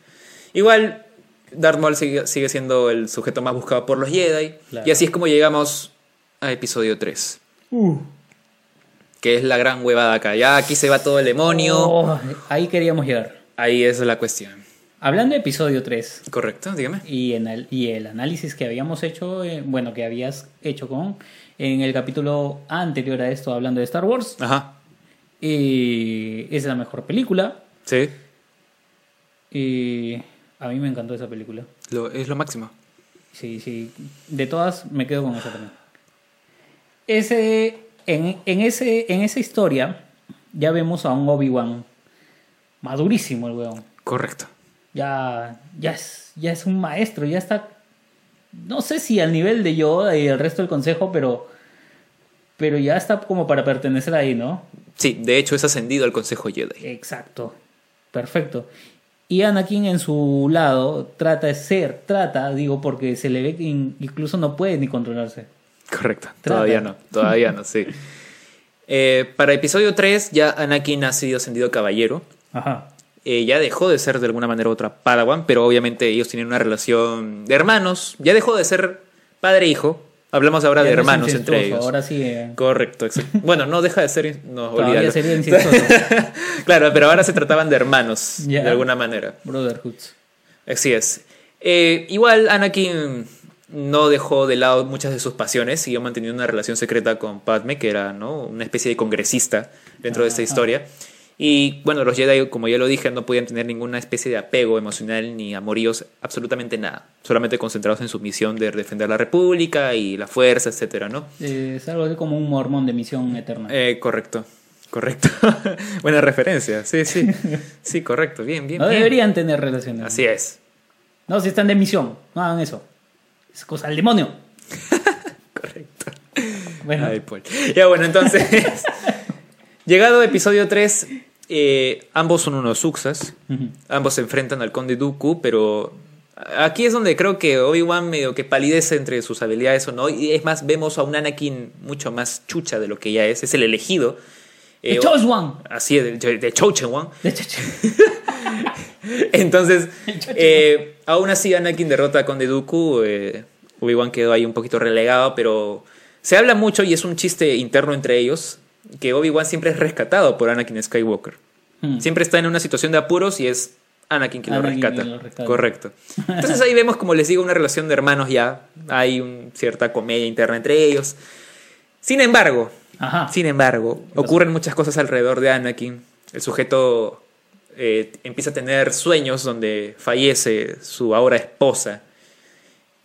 Speaker 2: Igual, Darth Maul sigue, sigue siendo el sujeto más buscado por los Jedi.
Speaker 1: Claro.
Speaker 2: Y así es como llegamos a episodio 3. Uh. Que es la gran huevada acá. Ya aquí se va todo el demonio.
Speaker 1: Oh, ahí queríamos llegar.
Speaker 2: Ahí es la cuestión.
Speaker 1: Hablando de episodio 3
Speaker 2: Correcto, dígame.
Speaker 1: y, en el, y el análisis que habíamos hecho, eh, bueno, que habías hecho con en el capítulo anterior a esto, hablando de Star Wars,
Speaker 2: Ajá.
Speaker 1: eh, es la mejor película.
Speaker 2: Sí.
Speaker 1: eh, a mí me encantó esa película.
Speaker 2: Lo- es lo máximo.
Speaker 1: Sí, sí. De todas, me quedo con esa también. Ese, en, en ese, en esa historia, ya vemos a un Obi-Wan madurísimo, el weón.
Speaker 2: Correcto.
Speaker 1: Ya, ya, es, ya es un maestro, ya está. No sé si al nivel de Yoda y el resto del consejo, pero. Pero ya está como para pertenecer ahí, ¿no?
Speaker 2: Sí, de hecho es ascendido al Consejo Jedi.
Speaker 1: Exacto. Perfecto. Y Anakin en su lado trata de ser, trata, digo, porque se le ve que in- incluso no puede ni controlarse.
Speaker 2: Correcto. Todavía no, todavía no, sí. Eh, para episodio 3 ya Anakin ha sido ascendido caballero.
Speaker 1: Ajá.
Speaker 2: Eh, ya dejó de ser de alguna manera u otra Padawan, pero obviamente ellos tienen una relación de hermanos. Ya dejó de ser padre e hijo. Hablamos ahora
Speaker 1: Ya
Speaker 2: de
Speaker 1: no es
Speaker 2: hermanos entre
Speaker 1: incestuoso,
Speaker 2: ellos.
Speaker 1: Ahora sí. eh,
Speaker 2: Correcto, exacto. Bueno, no deja de ser. No,
Speaker 1: Todavía
Speaker 2: olvídalo.
Speaker 1: sería incestuoso.
Speaker 2: claro, pero ahora se trataban de hermanos,
Speaker 1: Ya.
Speaker 2: de alguna manera.
Speaker 1: Brotherhoods.
Speaker 2: Así es. Eh, igual Anakin no dejó de lado muchas de sus pasiones, siguió manteniendo una relación secreta con Padme, que era ¿no? una especie de congresista dentro de esta historia. Y bueno, los Jedi, como ya lo dije, no podían tener ninguna especie de apego emocional ni amoríos, absolutamente nada. Solamente concentrados en su misión de defender la República y la fuerza, etcétera, ¿no?
Speaker 1: Eh, es algo así como un mormón de misión eterna.
Speaker 2: Eh, correcto, correcto. Buena referencia, sí, sí. Sí, correcto, bien, bien.
Speaker 1: no
Speaker 2: bien.
Speaker 1: deberían tener relaciones.
Speaker 2: Así es,
Speaker 1: No, si están de misión, no hagan eso. Es cosa del demonio.
Speaker 2: correcto.
Speaker 1: Bueno,
Speaker 2: Ay, Paul. Ya bueno, entonces. llegado episodio 3, ambos son unos Uxas.
Speaker 1: Ujú.
Speaker 2: Ambos se enfrentan al Conde Dooku, pero. Aquí es donde creo que Obi-Wan medio que palidece entre sus habilidades o no. Y es más, vemos a un Anakin mucho más chucha de lo que ya es. Es el elegido.
Speaker 1: The
Speaker 2: Eh,
Speaker 1: Chosen One.
Speaker 2: Así es, de, de Chochewan.
Speaker 1: De hecho,
Speaker 2: Entonces, eh, aún así Anakin derrota a Conde Dooku. eh, Obi-Wan quedó ahí un poquito relegado, pero se habla mucho y es un chiste interno entre ellos que Obi-Wan siempre es rescatado por Anakin Skywalker.
Speaker 1: Hmm.
Speaker 2: Siempre está en una situación de apuros y es Anakin quien
Speaker 1: Anakin
Speaker 2: lo
Speaker 1: quien
Speaker 2: rescata.
Speaker 1: lo rescata.
Speaker 2: Correcto. Entonces ahí vemos, como les digo, una relación de hermanos ya. Hay un- cierta comedia interna entre ellos. Sin embargo,
Speaker 1: Ajá.
Speaker 2: sin embargo, ocurren muchas cosas alrededor de Anakin. El sujeto eh, empieza a tener sueños donde fallece su ahora esposa,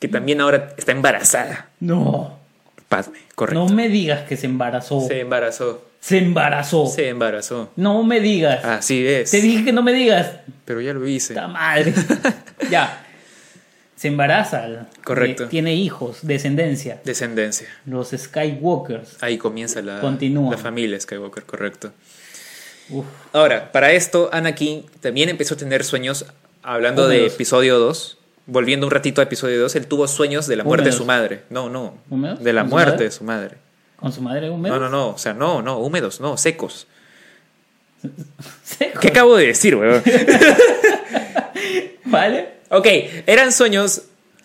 Speaker 2: que también ahora está embarazada.
Speaker 1: No.
Speaker 2: Padme, correcto.
Speaker 1: No me digas que se embarazó.
Speaker 2: Se embarazó.
Speaker 1: Se embarazó.
Speaker 2: Se embarazó.
Speaker 1: No me digas.
Speaker 2: Así es.
Speaker 1: Te dije que no me digas.
Speaker 2: Pero ya lo hice.
Speaker 1: Puta madre. ya. Se embaraza.
Speaker 2: Correcto.
Speaker 1: Eh, Tiene hijos, descendencia.
Speaker 2: Descendencia.
Speaker 1: Los Skywalkers.
Speaker 2: Ahí comienza la,
Speaker 1: Continúa.
Speaker 2: la familia Skywalker, correcto.
Speaker 1: Uf.
Speaker 2: Ahora, para esto, Anakin también empezó a tener sueños, hablando de
Speaker 1: Húmedos.
Speaker 2: episodio 2, volviendo un ratito a episodio 2, él tuvo sueños de la muerte de
Speaker 1: Húmedos.
Speaker 2: su madre. No, no.
Speaker 1: ¿Húmedos?
Speaker 2: De la
Speaker 1: ¿Con su
Speaker 2: muerte
Speaker 1: madre?
Speaker 2: de su madre.
Speaker 1: Con su madre húmeda.
Speaker 2: No, no, no. O sea, no, no, húmedos, no, secos.
Speaker 1: Seco.
Speaker 2: ¿Qué acabo de decir, weón?
Speaker 1: ¿Vale?
Speaker 2: ok, eran sueños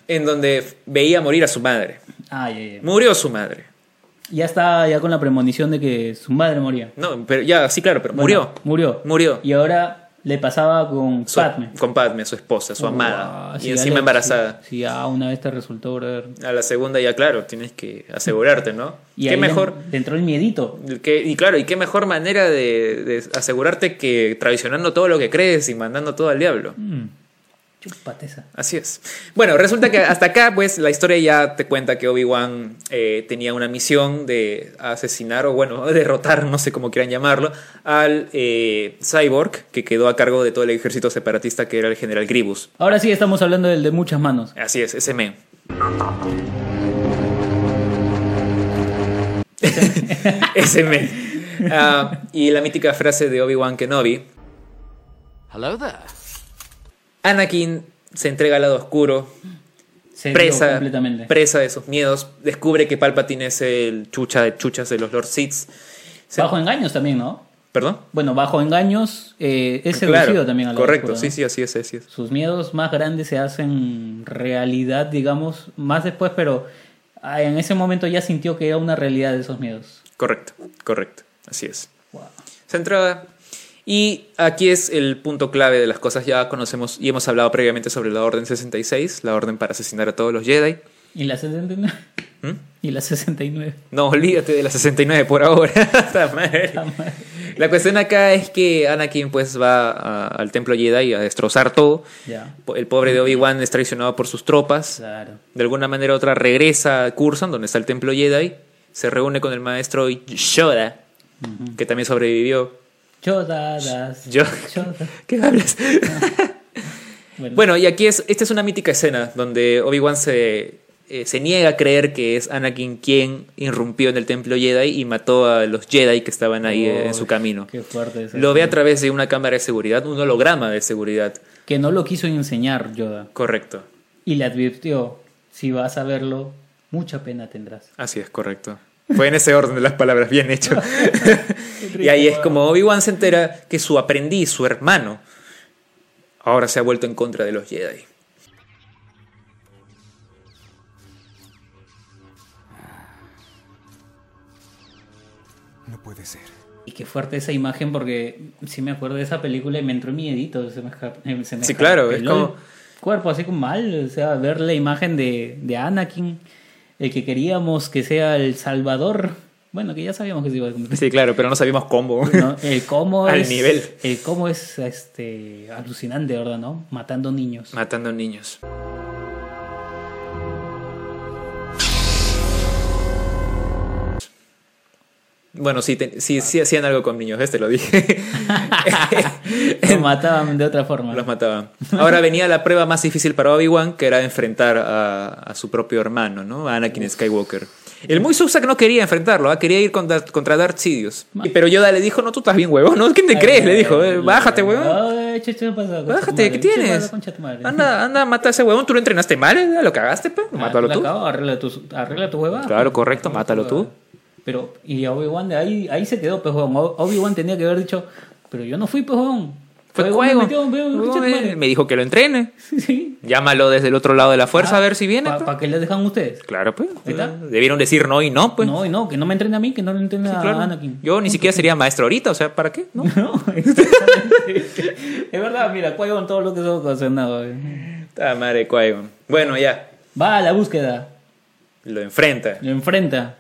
Speaker 2: en donde veía morir a su madre.
Speaker 1: Ah, ya, ya.
Speaker 2: Murió su madre.
Speaker 1: Ya está ya con la premonición de que su madre moría.
Speaker 2: No, pero ya, sí, claro, pero
Speaker 1: Bueno,
Speaker 2: murió.
Speaker 1: Murió.
Speaker 2: Murió.
Speaker 1: Y ahora le pasaba con
Speaker 2: Su-
Speaker 1: Padme. Oh,
Speaker 2: Con Padme, su esposa, su amada.
Speaker 1: Uah,
Speaker 2: y
Speaker 1: si
Speaker 2: encima
Speaker 1: dale-
Speaker 2: embarazada.
Speaker 1: Si, si ya una vez te resultó, brother.
Speaker 2: A la segunda ya, claro, tienes que asegurarte, ¿no?
Speaker 1: Y
Speaker 2: ¿Qué
Speaker 1: ahí le-
Speaker 2: mejor?
Speaker 1: Le, entró el miedito.
Speaker 2: que- y claro, ¿y qué mejor manera de, de asegurarte que traicionando todo lo que crees y mandando todo al diablo?
Speaker 1: Chúpate esa.
Speaker 2: Así es. Bueno, resulta que hasta acá, pues, la historia ya te cuenta que Obi-Wan eh, tenía una misión de asesinar o, bueno, derrotar, no sé cómo quieran llamarlo, al eh, cyborg que quedó a cargo de todo el ejército separatista que era el general Grievous.
Speaker 1: Ahora sí estamos hablando del de muchas manos.
Speaker 2: Así es, ese men. ese men. Ah, y la mítica frase de Obi-Wan Kenobi. Anakin se entrega al lado oscuro,
Speaker 1: Se dio
Speaker 2: presa,
Speaker 1: completamente.
Speaker 2: presa de sus miedos, descubre que Palpatine es el chucha de chuchas de los Lord Seeds.
Speaker 1: Bajo engaños también, ¿no?
Speaker 2: ¿Perdón?
Speaker 1: Bueno, bajo engaños eh, es
Speaker 2: Claro,
Speaker 1: seducido también a la
Speaker 2: Correcto,
Speaker 1: locura,
Speaker 2: sí,
Speaker 1: ¿no?
Speaker 2: sí, así es, así es.
Speaker 1: Sus miedos más grandes se hacen realidad, digamos, más después, pero ah, en ese momento ya sintió que era una realidad de esos miedos.
Speaker 2: Correcto, correcto, así es.
Speaker 1: Wow.
Speaker 2: centrada. Y aquí es el punto clave de las cosas. Ya conocemos y hemos hablado previamente sobre la Orden 66, la orden para asesinar a todos los Jedi.
Speaker 1: Y la 69.
Speaker 2: ¿Mm?
Speaker 1: Y la 69.
Speaker 2: No, olvídate de la 69 por ahora. Puta madre. la cuestión acá es que Anakin pues va a- al templo Jedi a destrozar todo.
Speaker 1: Ya.
Speaker 2: El pobre de Obi-Wan es traicionado por sus tropas.
Speaker 1: Claro.
Speaker 2: De alguna manera u otra regresa a Cursan, donde está el templo Jedi. Se reúne con el maestro Yoda, que también sobrevivió.
Speaker 1: Chodadas.
Speaker 2: Yo-
Speaker 1: Chodas.
Speaker 2: ¿Qué hablas?
Speaker 1: Bueno,
Speaker 2: Bueno, y aquí es, esta es una mítica escena donde Obi-Wan se, eh, se niega a creer que es Anakin quien irrumpió en el templo Jedi y mató a los Jedi que estaban ahí eh, en su
Speaker 1: uy,
Speaker 2: camino.
Speaker 1: Qué fuerte eso.
Speaker 2: Lo ve a través de una cámara de seguridad, un holograma de seguridad.
Speaker 1: Que no lo quiso enseñar Yoda.
Speaker 2: Correcto,
Speaker 1: Y le advirtió, si vas a verlo, mucha pena tendrás.
Speaker 2: así es, correcto. Fue en ese orden de las palabras, bien hecho. y ahí es como Obi-Wan se entera que su aprendiz, su hermano, ahora se ha vuelto en contra de los Jedi.
Speaker 5: No puede ser.
Speaker 1: Y qué fuerte esa imagen porque sí me acuerdo de esa película y me entró miedito. Se me esca- eh, se me
Speaker 2: Sí,
Speaker 1: esca-
Speaker 2: claro, es
Speaker 1: peló el-
Speaker 2: como-
Speaker 1: cuerpo así como mal, o sea, ver la imagen de, de Anakin, el que queríamos que sea el Salvador. Bueno, que ya sabíamos que se iba a convertir.
Speaker 2: Sí, claro, pero no sabíamos cómo.
Speaker 1: ¿no? El cómo
Speaker 2: Al
Speaker 1: es,
Speaker 2: nivel.
Speaker 1: El cómo es este, alucinante, ¿verdad? ¿No? Matando niños.
Speaker 2: Matando niños. Bueno, sí, te- sí, sí hacían algo con niños, este lo dije.
Speaker 1: Lo mataban de otra forma.
Speaker 2: Los mataban. Ahora venía la prueba más difícil para Obi-Wan, que era enfrentar a, a su propio hermano, ¿no? A Anakin Skywalker. El muy Subsac no quería enfrentarlo, ¿ah? quería ir contra, contra Darth Sidious. Y- Pero Yoda le dijo, no, tú estás bien, huevón, ¿no? ¿Quién te crees? Le dijo, "Eh, bájate, huevón.
Speaker 1: Ay, che, che, ¿qué pasa? Concha tu
Speaker 2: Bájate,
Speaker 1: madre.
Speaker 2: Ah, ¿qué
Speaker 1: Che, pasa,
Speaker 2: tienes?
Speaker 1: concha tu madre.
Speaker 2: Anda, anda, mata a ese huevón, tú lo entrenaste mal, ¿eh? lo cagaste, pues,
Speaker 1: Ah,
Speaker 2: mátalo
Speaker 1: la
Speaker 2: tú.
Speaker 1: acabo, arregla tu, arregla tu hueva.
Speaker 2: Claro, correcto,
Speaker 1: Arregla tu
Speaker 2: mátalo tú.
Speaker 1: hueva. Pero, y a Obi-Wan de ahí, ahí se quedó, pues, huevón. O- Obi-Wan tenía que haber dicho, pero yo no fui, pues, huevón.
Speaker 2: Fue
Speaker 1: Obi-Wan me
Speaker 2: juego.
Speaker 1: metió, huevón, concha tu madre.
Speaker 2: Me dijo que lo entrene.
Speaker 1: Sí, sí.
Speaker 2: Llámalo desde el otro lado de la fuerza a ver si viene.
Speaker 1: ¿Para
Speaker 2: pues.
Speaker 1: qué le dejan ustedes?
Speaker 2: Claro, pues.
Speaker 1: Ah, Ahí está.
Speaker 2: Debieron decir no y no, pues.
Speaker 1: No, y no, que no me entrene a mí, que no le entrene
Speaker 2: Sí,
Speaker 1: a
Speaker 2: claro.
Speaker 1: Anakin.
Speaker 2: Yo ni siquiera sería maestro ahorita, o sea, ¿para qué? No.
Speaker 1: No, exactamente. es verdad, mira, Qui-Gon todo lo que se ha ocasionado. eh.
Speaker 2: Ta madre, Qui-Gon. Bueno, ya.
Speaker 1: Va a la búsqueda,
Speaker 2: Lo enfrenta.
Speaker 1: lo enfrenta.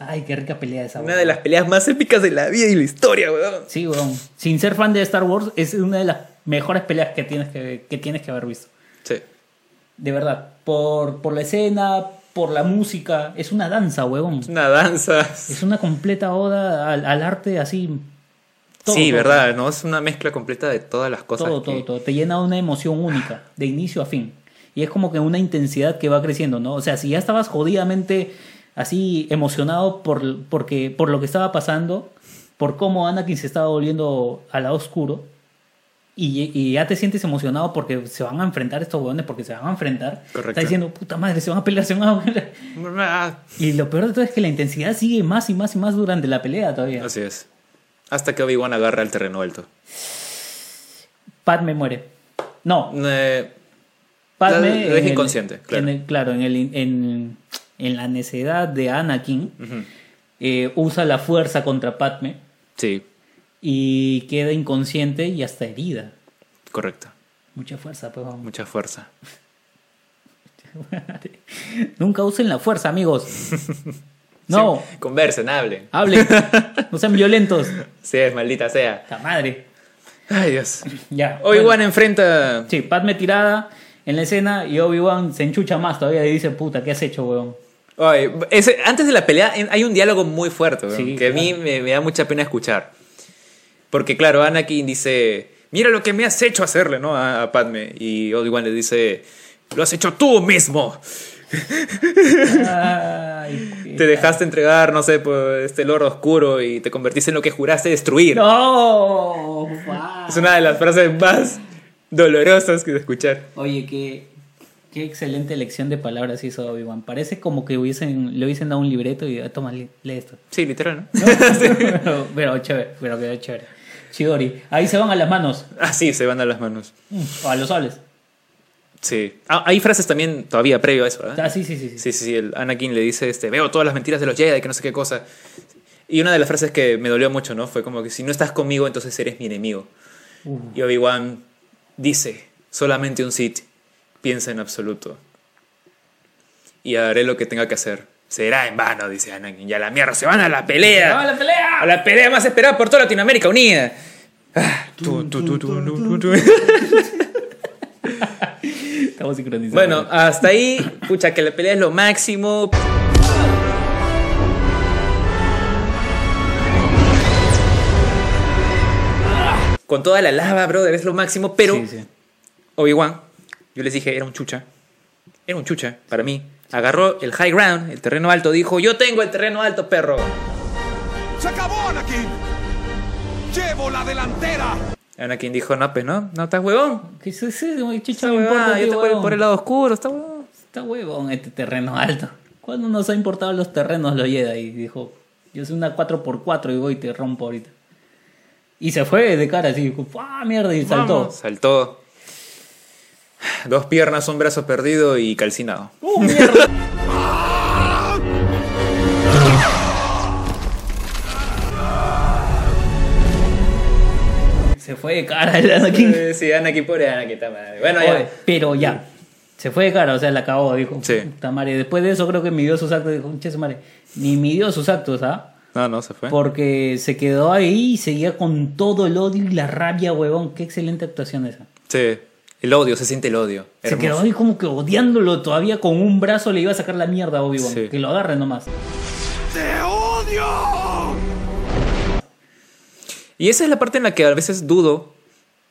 Speaker 1: Ay, qué rica pelea esa.
Speaker 2: Una
Speaker 1: weón.
Speaker 2: de las peleas más épicas de la vida y la historia, weón.
Speaker 1: Sí, weón. Sin ser fan de Star Wars, es una de las mejores peleas que tienes que, que tienes que haber visto.
Speaker 2: Sí.
Speaker 1: De verdad. Por, por la escena, por la música. Es una danza, weón.
Speaker 2: Es una danza.
Speaker 1: Es una completa oda al, al arte así. Todo,
Speaker 2: sí,
Speaker 1: todo,
Speaker 2: verdad, ¿no? Es una mezcla completa de todas las cosas.
Speaker 1: Todo,
Speaker 2: que-
Speaker 1: todo, todo. Te llena una emoción única, de inicio a fin. Y es como que una intensidad que va creciendo, ¿no? O sea, si ya estabas jodidamente así emocionado por, porque, por lo que estaba pasando, por cómo Anakin se estaba volviendo al lado oscuro, y, y ya te sientes emocionado porque se van a enfrentar estos hueones, porque se van a enfrentar.
Speaker 2: Correcto.
Speaker 1: Estás diciendo, puta madre, se van a pelear, se van a pelear.
Speaker 2: Ah,
Speaker 1: Y lo peor de todo es que la intensidad sigue más y más y más durante la pelea todavía.
Speaker 2: Así es. Hasta que Obi-Wan agarra el terreno alto.
Speaker 1: Pat me muere. No,
Speaker 2: Eh,
Speaker 1: Padme
Speaker 2: La- la deja
Speaker 1: en el-
Speaker 2: inconsciente, claro.
Speaker 1: En el- claro, en, el, en, en la necedad de Anakin, eh, usa la fuerza contra Padme
Speaker 2: sí,
Speaker 1: y queda inconsciente y hasta herida.
Speaker 2: correcto.
Speaker 1: Mucha fuerza, pues vamos.
Speaker 2: Mucha fuerza.
Speaker 1: Nunca usen la fuerza, amigos. No,
Speaker 2: Sí, conversen, hablen.
Speaker 1: hablen. No sean violentos.
Speaker 2: Sí, es maldita sea.
Speaker 1: La madre.
Speaker 2: Ay, Dios.
Speaker 1: Ya.
Speaker 2: Obi-Wan
Speaker 1: bueno.
Speaker 2: enfrenta.
Speaker 1: Sí, Padme tirada en la escena y Obi-Wan se enchucha más todavía y dice, puta, ¿qué has hecho, weón?
Speaker 2: Ay, ese- antes de la pelea en- hay un diálogo muy fuerte, weón,
Speaker 1: Sí,
Speaker 2: que a mí
Speaker 1: claro.
Speaker 2: me, me da mucha pena escuchar. Porque claro, Anakin dice, mira lo que me has hecho hacerle, ¿no? A, a Padme. Y Obi-Wan le dice, lo has hecho tú mismo.
Speaker 1: Ay, qué-
Speaker 2: Te dejaste entregar, no sé, por este loro oscuro y te convertiste en lo que juraste destruir.
Speaker 1: No, fa.
Speaker 2: Es una de las frases más dolorosas que de escuchar.
Speaker 1: Oye, qué, qué excelente elección de palabras hizo Obi-Wan. Parece como que hubiesen, le hubiesen dado un libreto y ah, toma, lee, lee esto.
Speaker 2: Sí, literal, ¿no?
Speaker 1: pero, pero chévere, pero quedó chévere. Chidori. Ahí se van a las manos.
Speaker 2: Así Ah, se van a las manos.
Speaker 1: O a los sables.
Speaker 2: Sí. Ah, hay frases también todavía previo a eso, ¿verdad?
Speaker 1: Ah, sí, sí, sí. sí.
Speaker 2: Sí, sí, sí, el Anakin le dice, este, veo todas las mentiras de los Jedi, que no sé qué cosa. Y una de las frases que me dolió mucho, ¿no? Fue como que si no estás conmigo, entonces eres mi enemigo. Y Obi-Wan dice, solamente un Sith piensa en absoluto. Y haré lo que tenga que hacer. Será en vano, dice Anakin. Y a la mierda, se van a la pelea.
Speaker 1: ¡Vamos a la pelea!
Speaker 2: A la pelea más esperada por toda Latinoamérica unida. Ah, tu, tu, tu, tu, tu, tu, tu.
Speaker 1: Estamos sincronizados.
Speaker 2: Bueno, hasta ahí, pucha, que la pelea es lo máximo. Con toda la lava, brother, es lo máximo, pero
Speaker 1: Sí, sí.
Speaker 2: Obi-Wan, yo les dije, era un chucha. Era un chucha para mí. Agarró el high ground, el terreno alto, dijo, yo tengo el terreno alto, perro.
Speaker 5: ¡Se acabó, Anakin! ¡Llevo la delantera!
Speaker 2: Anakin dijo, no, pues no, no estás huevón.
Speaker 1: ¿Qué es ese, güey? Chicha,
Speaker 2: Está
Speaker 1: me
Speaker 2: huevón,
Speaker 1: importa,
Speaker 2: yo
Speaker 1: tío,
Speaker 2: te por el,
Speaker 1: huevón.
Speaker 2: por el lado oscuro, está huevón.
Speaker 1: Está huevón este terreno alto. ¿Cuándo nos ha importado los terrenos los Jedi? Y dijo, yo soy una 4x4 y voy y te rompo ahorita. Y se fue de cara así, dijo, ¡ah, mierda! Y saltó.
Speaker 2: Vamos. Saltó. Dos piernas, un brazo perdido y calcinado.
Speaker 1: ¡Uh, mierda! se fue fue de cara el Anakin.
Speaker 2: Eh, Sí, Anakin, pobre Anakin, está madre. Bueno,
Speaker 1: Oye,
Speaker 2: ya.
Speaker 1: pero ya. Se fue de cara, o sea, la acabó, dijo.
Speaker 2: Sí.
Speaker 1: "Puta madre". Después de eso creo que midió sus actos, dijo, che, su madre. Ni midió sus actos, ¿ah?
Speaker 2: No, no, se fue.
Speaker 1: Porque se quedó ahí y seguía con todo el odio y la rabia, huevón. Qué excelente actuación esa.
Speaker 2: Sí. El odio, se siente el odio.
Speaker 1: Se quedó ahí como que odiándolo todavía con un brazo le iba a sacar la mierda a Obi-Wan.
Speaker 2: Sí.
Speaker 1: Que lo agarre nomás.
Speaker 2: Y esa es la parte en la que a veces dudo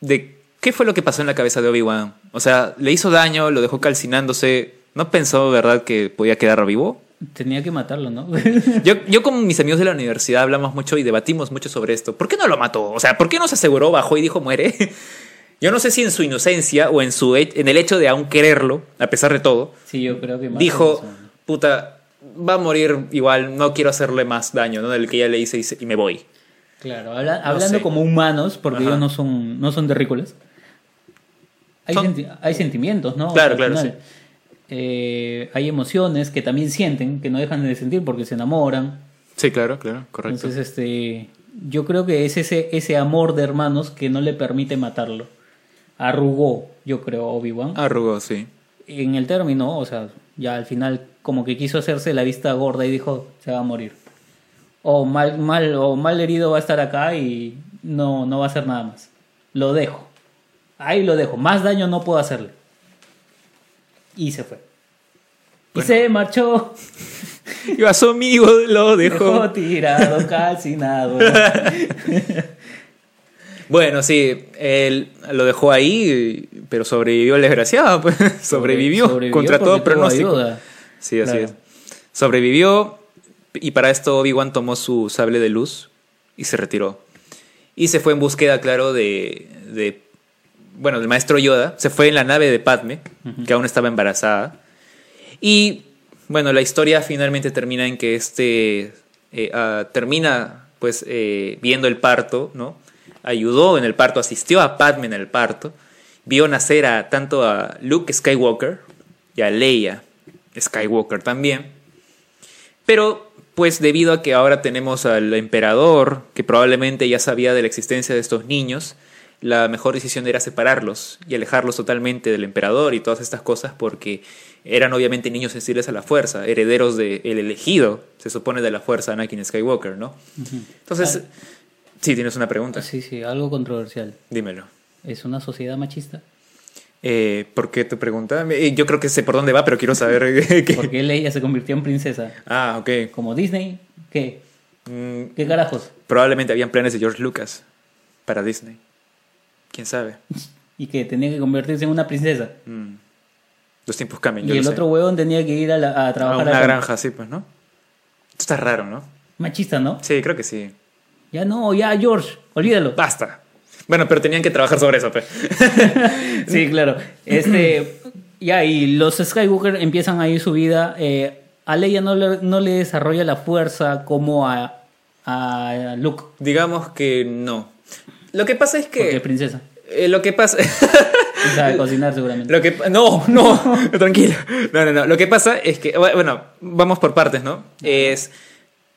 Speaker 2: de qué fue lo que pasó en la cabeza de Obi-Wan. O sea, le hizo daño, lo dejó calcinándose. ¿No pensó, verdad, que podía quedar vivo?
Speaker 1: Tenía que matarlo, ¿no?
Speaker 2: Yo, yo con mis amigos de la universidad hablamos mucho y debatimos mucho sobre esto. ¿Por qué no lo mató? O sea, ¿por qué no se aseguró, bajó y dijo muere? Yo no sé si en su inocencia o en, su, he- en el hecho de aún quererlo, a pesar de todo,
Speaker 1: sí, yo creo que más
Speaker 2: dijo,
Speaker 1: razón.
Speaker 2: puta, va a morir igual, no quiero hacerle más daño, ¿no? Del que ya le hice y, se- y me voy.
Speaker 1: Claro, habla- hablando
Speaker 2: sé.
Speaker 1: como humanos, porque
Speaker 2: Ajá.
Speaker 1: ellos no son, no son terrícolas. Hay,
Speaker 2: Son- Oh.
Speaker 1: senti- hay sentimientos, ¿no?
Speaker 2: Claro,
Speaker 1: Al
Speaker 2: claro,
Speaker 1: final. Eh, hay emociones que también sienten, que no dejan de sentir porque se enamoran.
Speaker 2: Sí, claro, claro, correcto.
Speaker 1: Entonces, este, yo creo que es ese, ese amor de hermanos que no le permite matarlo. Arrugó, yo creo, Obi-Wan.
Speaker 2: Arrugó, sí.
Speaker 1: En el término, o sea, ya al final como que quiso hacerse la vista gorda y dijo, se va a morir. O mal, mal, o mal herido va a estar acá y no, no va a hacer nada más. Lo dejo. Ahí lo dejo. Más daño no puedo hacerle. Y se fue. Y se marchó.
Speaker 2: Y a su amigo lo dejó.
Speaker 1: Dejó tirado, calcinado.
Speaker 2: Bueno, sí, él lo dejó ahí, pero sobrevivió el desgraciado, pues. Sobrevivió, contra todo
Speaker 1: porque tuvo
Speaker 2: pronóstico.
Speaker 1: ayuda.
Speaker 2: Sí, así
Speaker 1: Claro.
Speaker 2: es. Sobrevivió y para esto Obi-Wan tomó su sable de luz y se retiró. Y se fue en búsqueda, claro, de, de- Bueno, del maestro Yoda. Se fue en la nave de Padme, que aún estaba embarazada. Y bueno, la historia finalmente termina en que este... eh, ah, termina pues eh, viendo el parto, ¿no? Ayudó en el parto, asistió a Padme en el parto. Vio nacer a tanto a Luke Skywalker y a Leia Skywalker también. Pero, pues debido a que ahora tenemos al emperador, que probablemente ya sabía de la existencia de estos niños, la mejor decisión era separarlos y alejarlos totalmente del emperador y todas estas cosas porque eran obviamente niños sensibles a la fuerza, herederos del elegido, se supone, de la fuerza Anakin Skywalker, ¿no? Entonces, sí, tienes una pregunta,
Speaker 1: Ah, Sí, sí, algo controversial.
Speaker 2: dímelo.
Speaker 1: ¿Es una sociedad machista?
Speaker 2: Eh, ¿Por qué tu pregunta? Eh, Yo creo que sé por dónde va, pero quiero saber qué...
Speaker 1: Porque Leia se convirtió en princesa.
Speaker 2: Ah, ok.
Speaker 1: Como Disney, ¿qué?
Speaker 2: Mm,
Speaker 1: ¿Qué carajos?
Speaker 2: Probablemente habían planes de George Lucas para Disney. ¿Quién sabe?
Speaker 1: Y que tenía que convertirse en una princesa.
Speaker 2: Los tiempos cambian. Mm, yo
Speaker 1: y el
Speaker 2: lo sé.
Speaker 1: otro huevón tenía que ir a, la- a
Speaker 2: A
Speaker 1: trabajar
Speaker 2: una
Speaker 1: la-
Speaker 2: granja, sí, pues, ¿no? Esto está raro, ¿no?
Speaker 1: Machista, ¿no?
Speaker 2: Sí, creo que sí.
Speaker 1: Ya no, ya, George, olvídalo.
Speaker 2: Basta. Bueno, pero tenían que trabajar sobre eso, pues.
Speaker 1: Sí, claro. Este, ya, y los Skywalker empiezan ahí su vida. eh, a Leia no le, no le desarrolla la fuerza como a, a Luke,
Speaker 2: Digamos que no. Lo que pasa es
Speaker 1: porque es
Speaker 2: que.
Speaker 1: princesa.
Speaker 2: eh, lo que pasa.
Speaker 1: Y sabe cocinar seguramente.
Speaker 2: Lo que pa- no, no, tranquilo. No, no, no. Lo que pasa es que bu- bueno, vamos por partes, ¿no? Es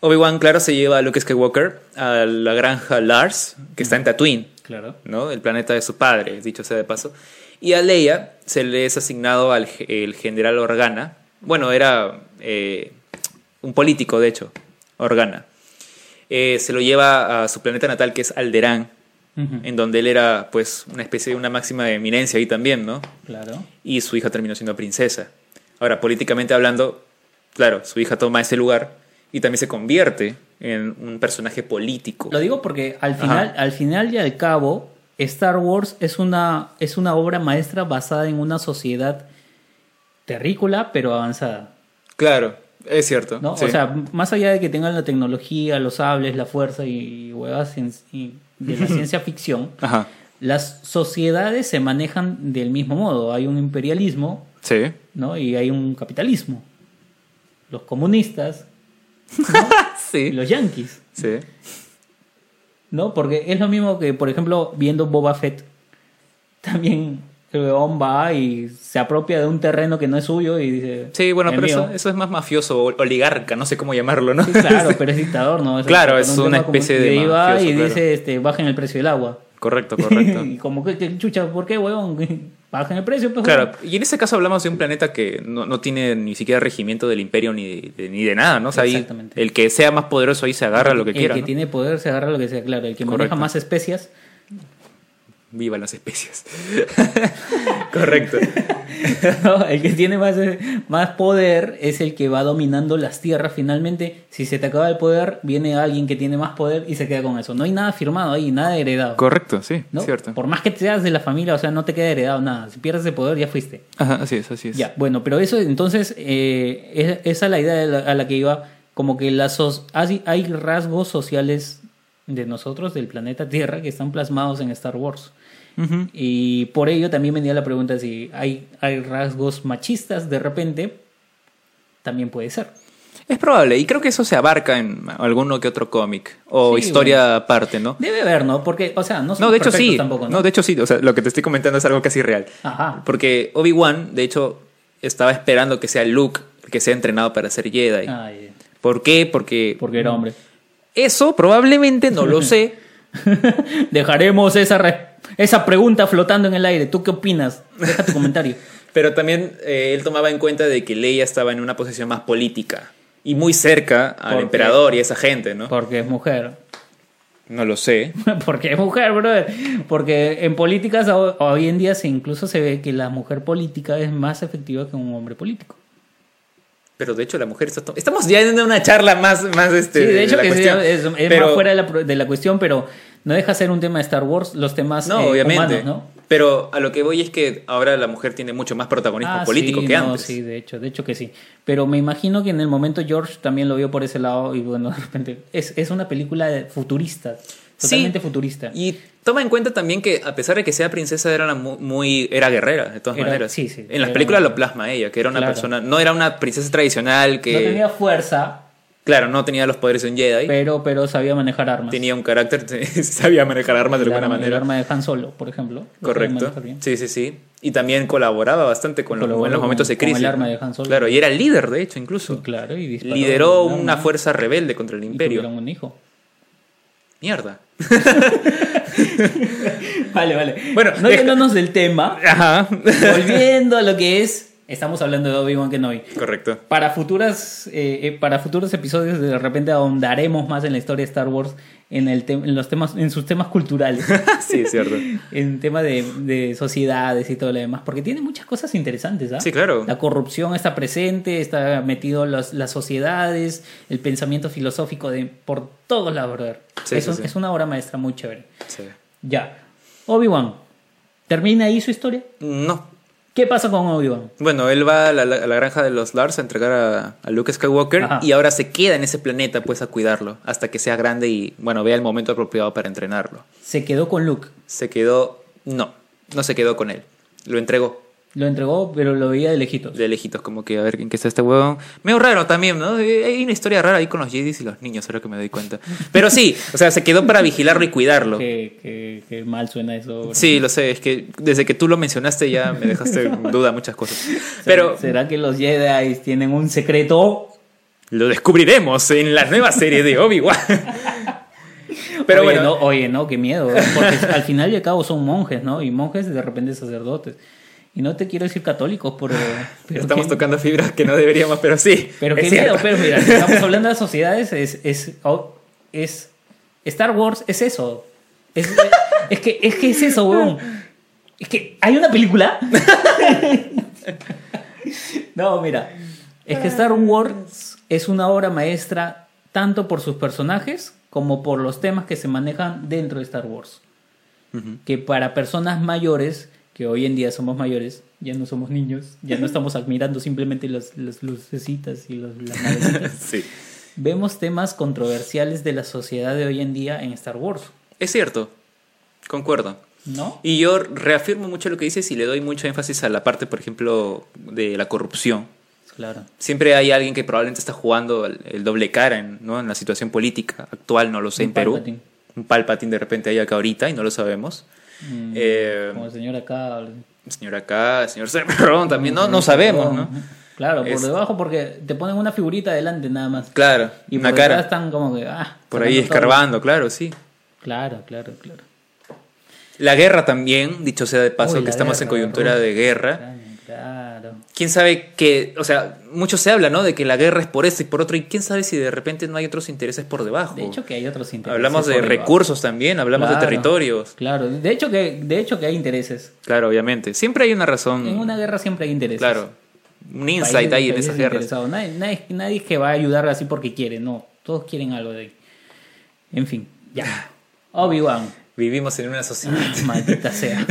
Speaker 2: Obi-Wan claro se lleva a Luke Skywalker a la granja Lars, que está en Tatooine,
Speaker 1: Claro.
Speaker 2: ¿no? El planeta de su padre, dicho sea de paso. Y a Leia se le es asignado al ge- el general Organa. Bueno, era eh, un político, de hecho, Organa. Eh, se lo lleva a su planeta natal, que es Alderán,
Speaker 1: Ujú,
Speaker 2: en donde él era, pues, una especie de una máxima de eminencia ahí también, ¿no?
Speaker 1: Claro.
Speaker 2: y su hija terminó siendo princesa. Ahora, políticamente hablando, claro, su hija toma ese lugar y también se convierte en un personaje político.
Speaker 1: Lo digo porque al final, al final y al cabo, Star Wars es una, es una obra maestra basada en una sociedad terrícola pero avanzada.
Speaker 2: Claro, es cierto.
Speaker 1: ¿no?
Speaker 2: sí.
Speaker 1: O sea, más allá de que tengan la tecnología, los sables, la fuerza y huevas en- y de la ciencia ficción,
Speaker 2: Ajá.
Speaker 1: las sociedades se manejan del mismo modo. Hay un imperialismo
Speaker 2: Sí.
Speaker 1: ¿no? y hay un capitalismo. Los comunistas y
Speaker 2: Sí.
Speaker 1: los yanquis.
Speaker 2: Sí.
Speaker 1: ¿No? Porque es lo mismo que, por ejemplo, viendo Boba Fett, también el weón va y se apropia de un terreno que no es suyo y dice...
Speaker 2: Sí, bueno,
Speaker 1: "Es
Speaker 2: pero
Speaker 1: mío".
Speaker 2: eso, eso es más mafioso, o- oligarca, no sé cómo llamarlo, ¿no?
Speaker 1: Sí, claro, pero es dictador, ¿no?
Speaker 2: Claro,
Speaker 1: con
Speaker 2: es
Speaker 1: un
Speaker 2: una
Speaker 1: tema como-
Speaker 2: especie de
Speaker 1: y ahí va
Speaker 2: mafioso,
Speaker 1: y
Speaker 2: claro.
Speaker 1: dice, este, bajen el precio del agua.
Speaker 2: Correcto, correcto.
Speaker 1: y como que, que, chucha, ¿por qué, huevón? Bajen el precio, pues.
Speaker 2: Claro,
Speaker 1: huevón.
Speaker 2: y en ese caso hablamos de un planeta que no, no tiene ni siquiera regimiento del imperio ni de, ni de nada, ¿no? O sea, ahí
Speaker 1: Exactamente.
Speaker 2: el que sea más poderoso ahí se agarra lo que
Speaker 1: el
Speaker 2: quiera.
Speaker 1: que
Speaker 2: ¿no?
Speaker 1: tiene poder se agarra lo que sea, claro. El que
Speaker 2: Correcto.
Speaker 1: maneja más especias.
Speaker 2: Viva las especies. Correcto.
Speaker 1: ¿no? El que tiene más, más poder es el que va dominando las tierras finalmente. Si se te acaba el poder, viene alguien que tiene más poder y se queda con eso. No hay nada firmado ahí, nada heredado.
Speaker 2: Correcto, sí,
Speaker 1: ¿no?
Speaker 2: cierto.
Speaker 1: Por más que seas de la familia, o sea, no te queda heredado nada. Si pierdes el poder, ya fuiste.
Speaker 2: Ajá, así es, así es.
Speaker 1: Ya, bueno, pero eso entonces, eh, es- esa es la idea de la- a la que iba, como que las sos- hay, hay rasgos sociales de nosotros, del planeta Tierra, que están plasmados en Star Wars.
Speaker 2: Ujú.
Speaker 1: Y por ello también venía la pregunta si hay, hay rasgos machistas de repente, también puede ser.
Speaker 2: Es probable, y creo que eso se abarca en alguno que otro cómic o
Speaker 1: Sí,
Speaker 2: historia aparte, ¿no?
Speaker 1: Debe haber, ¿no? Porque, o sea, no son
Speaker 2: No, de hecho sí.
Speaker 1: tampoco, ¿no?
Speaker 2: No, de hecho sí, o sea, lo que te estoy comentando es algo casi real.
Speaker 1: Ajá.
Speaker 2: Porque Obi-Wan, de hecho, estaba esperando que sea Luke, que sea entrenado para ser Jedi.
Speaker 1: Ay,
Speaker 2: ¿Por qué? Porque
Speaker 1: porque era hombre.
Speaker 2: eso probablemente no lo sé.
Speaker 1: Dejaremos esa, re- esa pregunta flotando en el aire. ¿Tú qué opinas? Deja tu comentario.
Speaker 2: Pero también eh, él tomaba en cuenta de que Leia estaba en una posición más política y muy cerca al
Speaker 1: ¿Por
Speaker 2: emperador y a esa gente, ¿no?
Speaker 1: Porque es mujer.
Speaker 2: No lo sé.
Speaker 1: Porque es mujer, brother. Porque en políticas ho- hoy en día se incluso se ve que la mujer política es más efectiva que un hombre político.
Speaker 2: Pero de hecho la mujer está... to- Estamos ya en una charla más, más este,
Speaker 1: Sí, de hecho
Speaker 2: la
Speaker 1: que sí,
Speaker 2: cuestión.
Speaker 1: es, es
Speaker 2: Pero-
Speaker 1: más fuera de la, pro- de la cuestión, pero no deja ser un tema de Star Wars los temas
Speaker 2: No,
Speaker 1: eh,
Speaker 2: obviamente.
Speaker 1: humanos, ¿no?
Speaker 2: Pero a lo que voy es que ahora la mujer tiene mucho más protagonismo
Speaker 1: Ah,
Speaker 2: político
Speaker 1: sí,
Speaker 2: que
Speaker 1: no,
Speaker 2: antes.
Speaker 1: sí, de hecho, de hecho que sí. Pero me imagino que en el momento George también lo vio por ese lado y bueno, de repente es, es una película de- futurista,
Speaker 2: Sí.
Speaker 1: totalmente futurista.
Speaker 2: Y toma en cuenta también que a pesar de que sea princesa era una mu- muy era guerrera de todas
Speaker 1: Era-
Speaker 2: maneras.
Speaker 1: sí, sí,
Speaker 2: en las
Speaker 1: era-
Speaker 2: películas lo plasma ella, que era una
Speaker 1: Claro.
Speaker 2: persona, no era una princesa tradicional que
Speaker 1: No tenía fuerza,
Speaker 2: claro, no tenía los poderes de un Jedi,
Speaker 1: pero, pero sabía manejar armas.
Speaker 2: tenía un carácter, sabía manejar armas de
Speaker 1: El
Speaker 2: alguna
Speaker 1: arma- El
Speaker 2: manera.
Speaker 1: arma de Han Solo, por ejemplo. lo sabe
Speaker 2: Correcto.
Speaker 1: manejar bien.
Speaker 2: Sí, sí, sí. Y también colaboraba bastante con los,
Speaker 1: Colaboró
Speaker 2: en los momentos
Speaker 1: con-
Speaker 2: de
Speaker 1: con el
Speaker 2: crisis.
Speaker 1: arma
Speaker 2: ¿no?
Speaker 1: de Han Solo.
Speaker 2: Claro, y era el líder, de hecho, incluso.
Speaker 1: Claro, y disparó
Speaker 2: Lideró
Speaker 1: con el
Speaker 2: una
Speaker 1: arma
Speaker 2: fuerza rebelde contra el
Speaker 1: y
Speaker 2: imperio.
Speaker 1: tuvieron un hijo.
Speaker 2: Mierda.
Speaker 1: Vale, vale.
Speaker 2: Bueno,
Speaker 1: Bueno, no
Speaker 2: deja-
Speaker 1: yéndonos del tema,
Speaker 2: Ajá.
Speaker 1: volviendo a lo que es, estamos hablando de Obi-Wan Kenobi.
Speaker 2: Correcto.
Speaker 1: Para futuras, eh, eh, para futuros episodios de repente ahondaremos más en la historia de Star Wars, en el tem- en los temas, en sus temas culturales,
Speaker 2: Sí, es cierto.
Speaker 1: en tema de, de sociedades y todo lo demás, porque tiene muchas cosas interesantes, ¿ah?
Speaker 2: Sí, claro.
Speaker 1: La corrupción está presente, está metido las, las sociedades, el pensamiento filosófico de por todos lados, brother.
Speaker 2: Sí,
Speaker 1: es,
Speaker 2: sí,
Speaker 1: un-
Speaker 2: sí.
Speaker 1: es una obra maestra muy chévere.
Speaker 2: Sí.
Speaker 1: Ya. Obi-Wan. ¿Termina ahí su historia?
Speaker 2: No.
Speaker 1: ¿Qué pasa con Obi-Wan?
Speaker 2: Bueno, él va a la, a la granja de los Lars a entregar a, a Luke Skywalker
Speaker 1: Ajá.
Speaker 2: y ahora se queda en ese planeta pues a cuidarlo hasta que sea grande y bueno, vea el momento apropiado para entrenarlo.
Speaker 1: Se quedó con Luke.
Speaker 2: Se quedó... No, no se quedó con él. Lo entregó
Speaker 1: Lo entregó, pero lo veía de lejitos.
Speaker 2: de lejitos como que a ver en qué está este huevón. Medio raro también, ¿no? Eh, Hay una historia rara ahí con los Jedis y los niños, ahora que me doy cuenta. Pero sí, o sea, se quedó para vigilarlo y cuidarlo.
Speaker 1: Qué, qué- qué mal suena eso. bro.
Speaker 2: Sí, lo sé, es que desde que tú lo mencionaste ya me dejaste en duda muchas cosas. Pero
Speaker 1: ¿Será que los Jedi tienen un secreto?
Speaker 2: lo descubriremos en la nueva serie de Obi-Wan. Pero
Speaker 1: oye,
Speaker 2: bueno,
Speaker 1: No, oye, no, qué miedo. ¿eh? Porque al final y al cabo son monjes, ¿no? Y monjes de repente sacerdotes. Y no te quiero decir católicos, pero. pero
Speaker 2: estamos
Speaker 1: qué-
Speaker 2: tocando fibras que no deberíamos, pero sí.
Speaker 1: Pero
Speaker 2: es
Speaker 1: qué
Speaker 2: cierto.
Speaker 1: miedo, pero mira, si estamos hablando de sociedades, es, es, oh, es- Star Wars es eso. Es, es que, es que es eso, weón. Es que hay una película. no, mira. Es que Star Wars es una obra maestra tanto por sus personajes como por los temas que se manejan dentro de Star Wars. Que para personas mayores, que hoy en día somos mayores, ya no somos niños, ya no estamos admirando simplemente las, las lucecitas y los, las navecitas,
Speaker 2: Sí.
Speaker 1: vemos temas controversiales de la sociedad de hoy en día en Star Wars,
Speaker 2: Es cierto, concuerdo.
Speaker 1: ¿no?
Speaker 2: Y yo reafirmo mucho lo que dices y le doy mucho énfasis a la parte, por ejemplo, de la corrupción.
Speaker 1: Claro.
Speaker 2: Siempre hay alguien que probablemente está jugando el, el doble cara en, ¿no? en la situación política actual, no lo sé,
Speaker 1: Un
Speaker 2: en Perú.
Speaker 1: Palpatine.
Speaker 2: Un palpatín de repente hay acá ahorita y no lo sabemos.
Speaker 1: Mm,
Speaker 2: Eh,
Speaker 1: Como el señor acá.
Speaker 2: el señor acá, el señor Cerrón también, no,
Speaker 1: Mm,
Speaker 2: no sabemos, ¿no?
Speaker 1: Claro, por
Speaker 2: Es-
Speaker 1: debajo porque te ponen una figurita delante nada más.
Speaker 2: Claro,
Speaker 1: Y
Speaker 2: una
Speaker 1: por
Speaker 2: cara.
Speaker 1: detrás están como que, ah,
Speaker 2: Por ahí
Speaker 1: sacando todo.
Speaker 2: escarbando, claro, sí.
Speaker 1: Claro, claro, claro.
Speaker 2: La guerra también, dicho sea de paso,
Speaker 1: Uy,
Speaker 2: que
Speaker 1: la
Speaker 2: estamos en
Speaker 1: guerra,
Speaker 2: coyuntura
Speaker 1: Ruth.
Speaker 2: de guerra.
Speaker 1: Claro, claro.
Speaker 2: Quién sabe que, o sea, mucho se habla, ¿no? De que la guerra es por esto y por otro, y quién sabe si de repente no hay otros intereses por debajo.
Speaker 1: De hecho que hay otros intereses.
Speaker 2: hablamos de
Speaker 1: por debajo.
Speaker 2: recursos también, hablamos de
Speaker 1: Claro,
Speaker 2: territorios.
Speaker 1: Claro, de hecho que, de hecho que hay intereses.
Speaker 2: Claro, obviamente. Siempre hay una razón.
Speaker 1: En una guerra siempre hay intereses.
Speaker 2: Mm. Claro. Un
Speaker 1: Países-
Speaker 2: insight ahí en
Speaker 1: países
Speaker 2: esas guerras.
Speaker 1: interesados. Nadie, nadie, nadie es que va a ayudar así porque quiere, no. Todos quieren algo de ahí. En fin, ya. Obi-Wan,
Speaker 2: Vivimos en una sociedad.
Speaker 1: maldita sea.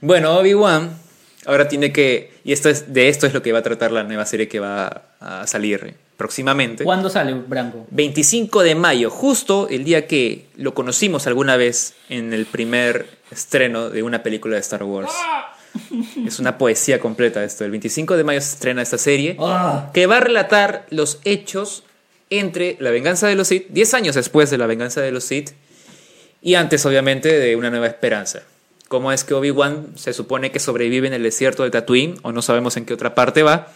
Speaker 2: Bueno, Obi-Wan ahora tiene que. Y esto es, de esto es lo que va a tratar la nueva serie que va a salir próximamente.
Speaker 1: ¿Cuándo sale Branco?
Speaker 2: 25 de mayo, justo el día que lo conocimos alguna vez en el primer estreno de una película de Star Wars.
Speaker 1: Ah.
Speaker 2: Es una poesía completa esto. El 25 de mayo se estrena esta serie
Speaker 1: Ah.
Speaker 2: que va a relatar los hechos entre La venganza de los Sith, 10 años después de La venganza de los Sith, y antes obviamente de Una nueva esperanza. Cómo es que Obi-Wan se supone que sobrevive en el desierto de Tatooine, o no sabemos en qué otra parte va.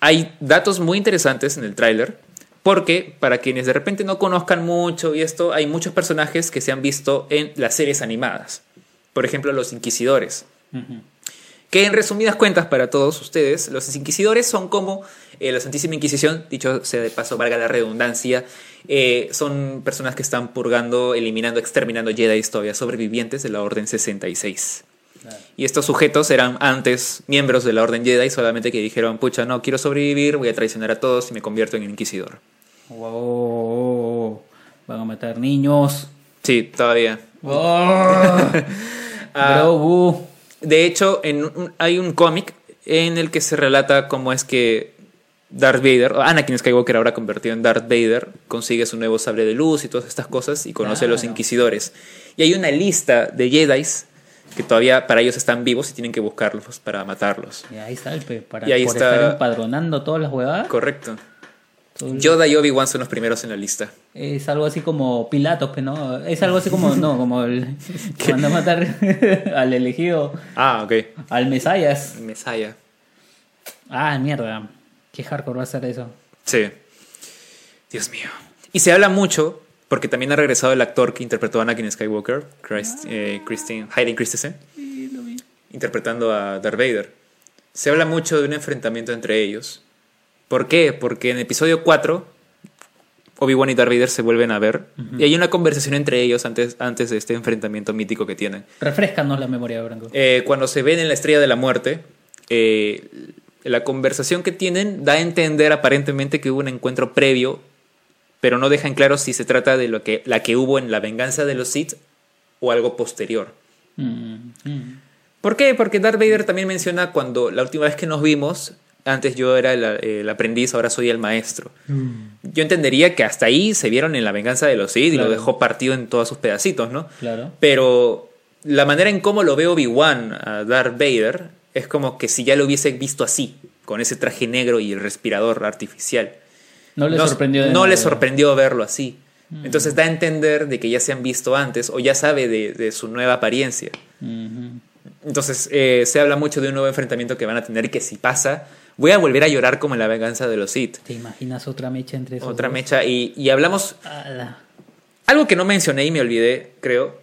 Speaker 2: Hay datos muy interesantes en el tráiler, porque para quienes de repente no conozcan mucho y esto, hay muchos personajes que se han visto en las series animadas. Por ejemplo, los inquisidores. Que en resumidas cuentas para todos ustedes, los inquisidores son como eh, la Santísima Inquisición, dicho sea de paso, valga la redundancia, eh, son personas que están purgando, eliminando, exterminando Jedi todavía sobrevivientes de la Orden 66. Y estos sujetos eran antes miembros de la Orden Jedi, solamente que dijeron, pucha, no, quiero sobrevivir, voy a traicionar a todos y me convierto en inquisidor.
Speaker 1: Wow. Van a matar niños.
Speaker 2: Sí, todavía. Ah,
Speaker 1: Grogu.
Speaker 2: De hecho, en un- hay un cómic en el que se relata cómo es que Darth Vader, o Anakin Skywalker ahora convertido en Darth Vader, consigue su nuevo sable de luz y todas estas cosas y conoce a los
Speaker 1: Claro.
Speaker 2: inquisidores. Y hay una lista de Jedi que todavía para ellos están vivos y tienen que buscarlos para matarlos.
Speaker 1: Y ahí está el pe, para
Speaker 2: Y ahí
Speaker 1: por
Speaker 2: está-
Speaker 1: estar empadronando todas las huevadas.
Speaker 2: Correcto.
Speaker 1: todo el-
Speaker 2: Yoda y Obi-Wan son los primeros en la lista.
Speaker 1: Es algo así como Pilatos, pe, ¿no? Es algo así como, no, como el, cuando matar al elegido,
Speaker 2: Ah, ok.
Speaker 1: al Mesías.
Speaker 2: Messiah.
Speaker 1: Ah, mierda. Qué hardcore va a ser eso.
Speaker 2: Sí. Dios mío. Y se habla mucho, porque también ha regresado el actor que interpretó a Anakin Skywalker, Christ, eh, Christine, Hayden Christensen, interpretando a Darth Vader. Se habla mucho de un enfrentamiento entre ellos. ¿Por qué? Porque en episodio 4, Obi-Wan y Darth Vader se vuelven a ver. Y hay una conversación entre ellos antes, antes de este enfrentamiento mítico que tienen.
Speaker 1: Refrescanos la memoria, Branco.
Speaker 2: Eh, cuando se ven en la estrella de la muerte, eh, la conversación que tienen da a entender aparentemente que hubo un encuentro previo, pero no dejan claro si se trata de lo que, la que hubo en la venganza de los Sith o algo posterior.
Speaker 1: Mm, mm.
Speaker 2: ¿Por qué? Porque Darth Vader también menciona cuando la última vez que nos vimos, antes yo era el, el aprendiz, ahora soy el maestro. Yo entendería que hasta ahí se vieron en la venganza de los Sith y
Speaker 1: Claro.
Speaker 2: lo dejó partido en todos sus pedacitos, ¿no?
Speaker 1: Claro.
Speaker 2: Pero la manera en cómo lo ve Obi-Wan a Darth Vader es como que si ya lo hubiese visto así, con ese traje negro y el respirador artificial.
Speaker 1: No le sorprendió. de
Speaker 2: no le
Speaker 1: nada. Mm.
Speaker 2: sorprendió verlo así. Entonces da a entender de que ya se han visto antes o ya sabe de, de su nueva apariencia.
Speaker 1: Ujú.
Speaker 2: Entonces eh, se habla mucho de un nuevo enfrentamiento que van a tener que si pasa, voy a volver a llorar como en la venganza de los Sith.
Speaker 1: ¿Te imaginas otra mecha entre esos
Speaker 2: Otra
Speaker 1: dos?
Speaker 2: mecha y, y hablamos
Speaker 1: Ala.
Speaker 2: algo que no mencioné y me olvidé, creo,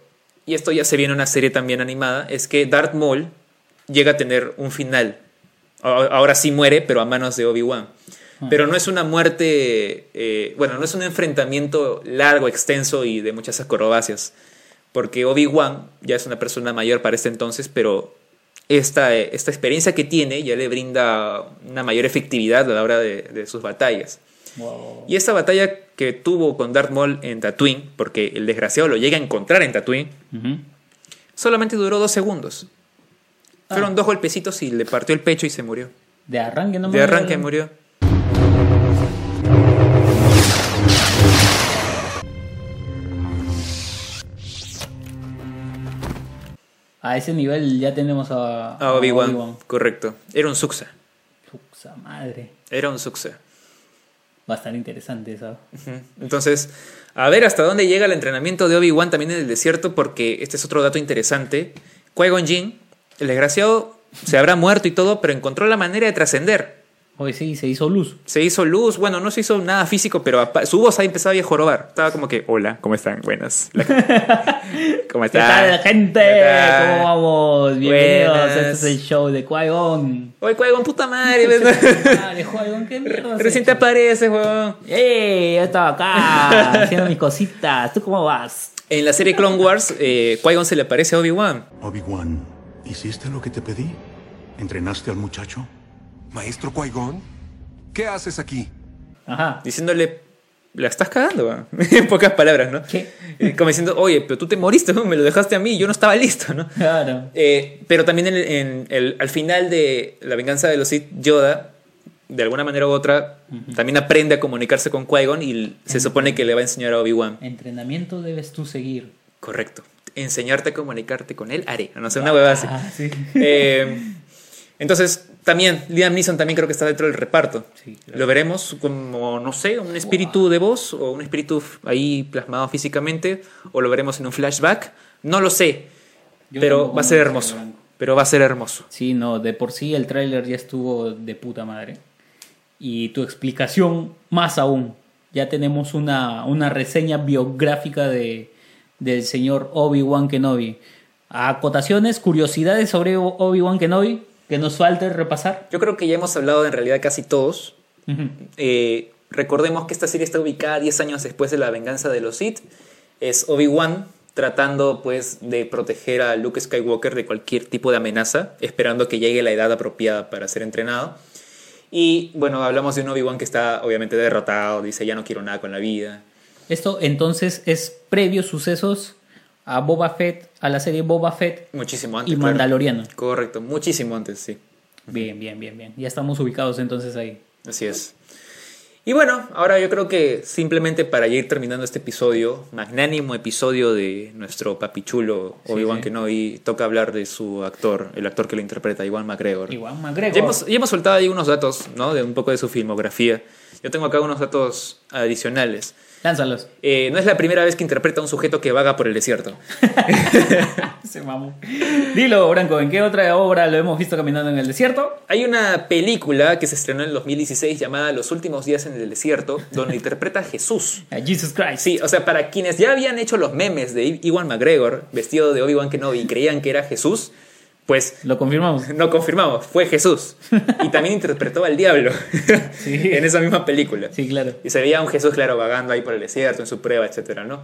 Speaker 2: y esto ya se viene en una serie también animada, es que Darth Maul llega a tener un final. A- Ahora sí muere, pero a manos de Obi-Wan. Pero no es una muerte, eh, bueno, no es un enfrentamiento largo, extenso y de muchas acrobacias. Porque Obi-Wan ya es una persona mayor para este entonces, pero esta, eh, esta experiencia que tiene ya le brinda una mayor efectividad a la hora de- de sus batallas.
Speaker 1: Wow.
Speaker 2: Y esta batalla que tuvo con Darth Maul en Tatooine, porque el desgraciado lo llega a encontrar en Tatooine,
Speaker 1: Ujú.
Speaker 2: solamente duró dos segundos.
Speaker 1: Ah.
Speaker 2: Fueron dos golpecitos y le partió el pecho y se murió.
Speaker 1: De arranque no
Speaker 2: De arranque
Speaker 1: acuerdo.
Speaker 2: murió.
Speaker 1: A ese nivel ya tenemos a,
Speaker 2: A Obi-Wan, correcto. Era un Suxa.
Speaker 1: Puxa madre.
Speaker 2: Era un Suxa.
Speaker 1: Va a estar interesante eso.
Speaker 2: Entonces, a ver hasta dónde llega el entrenamiento de Obi-Wan también en el desierto, porque este es otro dato interesante. Qui-Gon Jinn, el desgraciado, se habrá muerto y todo, pero encontró la manera de trascender.
Speaker 1: Hoy sí, se hizo luz.
Speaker 2: Se hizo luz, bueno, no se hizo nada físico, pero apa- su voz ahí empezaba a jorobar. Estaba como que, hola, ¿cómo están? Buenas. La- ¿Cómo
Speaker 1: ¿Qué tal,
Speaker 2: están?
Speaker 1: gente?
Speaker 2: ¿Qué tal?
Speaker 1: ¿Cómo vamos? Bienvenidos.
Speaker 2: Buenas.
Speaker 1: Este es el show de Qui-Gon. Este
Speaker 2: Oye, huevón, puta madre. ¿ves?
Speaker 1: Madre, Qui-Gon, qué mierda. has
Speaker 2: Recién te
Speaker 1: hecho?
Speaker 2: apareces, huevón.
Speaker 1: ¡Ey! Yo estaba acá haciendo mis cositas. ¿Tú cómo vas?
Speaker 2: En la serie Clone Wars, eh, Qui-Gon se le aparece a Obi-Wan.
Speaker 8: Obi-Wan, ¿hiciste lo que te pedí? ¿Entrenaste al muchacho?
Speaker 5: Maestro Qui-Gon, ¿qué haces aquí?
Speaker 1: Ajá.
Speaker 2: diciéndole, la estás cagando, va". en pocas palabras, ¿no?
Speaker 1: ¿Qué?
Speaker 2: Eh, Como diciendo, oye, pero tú te moriste, ¿no? me lo dejaste a mí, yo no estaba listo, ¿no?
Speaker 1: Claro.
Speaker 2: Eh, pero también en el- en el- al final de La venganza de los Sith, Yoda, de alguna manera u otra, también aprende a comunicarse con Qui-Gon y se supone que le va a enseñar a Obi-Wan.
Speaker 1: Entrenamiento debes tú seguir.
Speaker 2: Correcto. Enseñarte a comunicarte con él, haré. No sé, una hueva así.
Speaker 1: Ah, sí.
Speaker 2: Eh, entonces, también, Liam Neeson también creo que está dentro del reparto.
Speaker 1: Sí, claro.
Speaker 2: Lo veremos como, no sé, un espíritu de voz o un espíritu f- ahí plasmado físicamente, o lo veremos en un flashback. No lo sé,
Speaker 1: Yo
Speaker 2: pero
Speaker 1: tampoco
Speaker 2: va a
Speaker 1: me
Speaker 2: ser
Speaker 1: lo
Speaker 2: hermoso.
Speaker 1: sabrán.
Speaker 2: Pero va a ser hermoso.
Speaker 1: Sí, no, de por sí el tráiler ya estuvo de puta madre. Y tu explicación, más aún. Ya tenemos una, una reseña biográfica de, del señor Obi-Wan Kenobi. Acotaciones, curiosidades sobre O- Obi-Wan Kenobi que nos falte repasar.
Speaker 2: Yo creo que ya hemos hablado de, en realidad casi todos.
Speaker 1: Ujú.
Speaker 2: Eh, recordemos que esta serie está ubicada 10 años después de la venganza de los Sith. Es Obi-Wan tratando pues de proteger a Luke Skywalker de cualquier tipo de amenaza, esperando que llegue la edad apropiada para ser entrenado. Y bueno, hablamos de un Obi-Wan que está obviamente derrotado, dice ya no quiero nada con la vida.
Speaker 1: Esto entonces es previos sucesos a Boba Fett, a la serie Boba Fett
Speaker 2: Muchísimo antes.
Speaker 1: y
Speaker 2: claro.
Speaker 1: Mandaloriano.
Speaker 2: Correcto, muchísimo antes, sí.
Speaker 1: Bien, bien, bien, bien. Ya estamos ubicados entonces ahí.
Speaker 2: Así es. Y bueno, ahora yo creo que simplemente para ya ir terminando este episodio, magnánimo episodio de nuestro papichulo Obi-Wan
Speaker 1: sí.
Speaker 2: Kenobi, toca hablar de su actor, el actor que lo interpreta, Iwan McGregor.
Speaker 1: Igual
Speaker 2: Ya
Speaker 1: McGregor.
Speaker 2: hemos, ya hemos soltado ahí unos datos, ¿no? De un poco de su filmografía. Yo tengo acá unos datos adicionales.
Speaker 1: Lánzalos.
Speaker 2: Eh, no es la primera vez que interpreta a un sujeto que vaga por el desierto.
Speaker 1: Se mamó. Dilo, Branco, ¿en qué otra obra lo hemos visto caminando en el desierto?
Speaker 2: Hay una película que se estrenó en el 2016 llamada Los últimos días en el desierto, donde interpreta a Jesús.
Speaker 1: A Eh, Jesus Christ.
Speaker 2: Sí, o sea, para quienes ya habían hecho los memes de I- Iwan McGregor vestido de Obi-Wan Kenobi y creían que era Jesús, pues
Speaker 1: Lo confirmamos.
Speaker 2: no confirmamos, fue Jesús. Y también interpretó al diablo
Speaker 1: Sí.
Speaker 2: en esa misma película.
Speaker 1: Sí, claro.
Speaker 2: Y se veía a un Jesús, claro, vagando ahí por el desierto, en su prueba, etcétera, ¿no?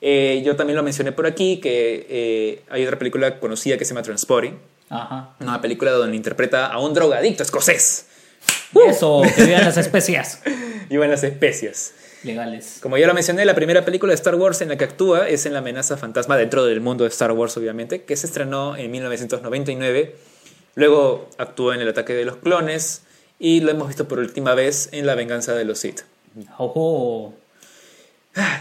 Speaker 2: Eh, yo también lo mencioné por aquí, que eh, hay otra película conocida que se llama Transporting,
Speaker 1: Ajá.
Speaker 2: una película donde interpreta a un drogadicto escocés. Uh.
Speaker 1: Eso, que vean las especias
Speaker 2: Iban las especias.
Speaker 1: legales.
Speaker 2: Como ya lo mencioné, la primera película de Star Wars en la que actúa es en La amenaza fantasma dentro del mundo de Star Wars, obviamente, que se estrenó en 1999. Luego actuó en El ataque de los clones y lo hemos visto por última vez en La venganza de los Sith.
Speaker 1: Ojo.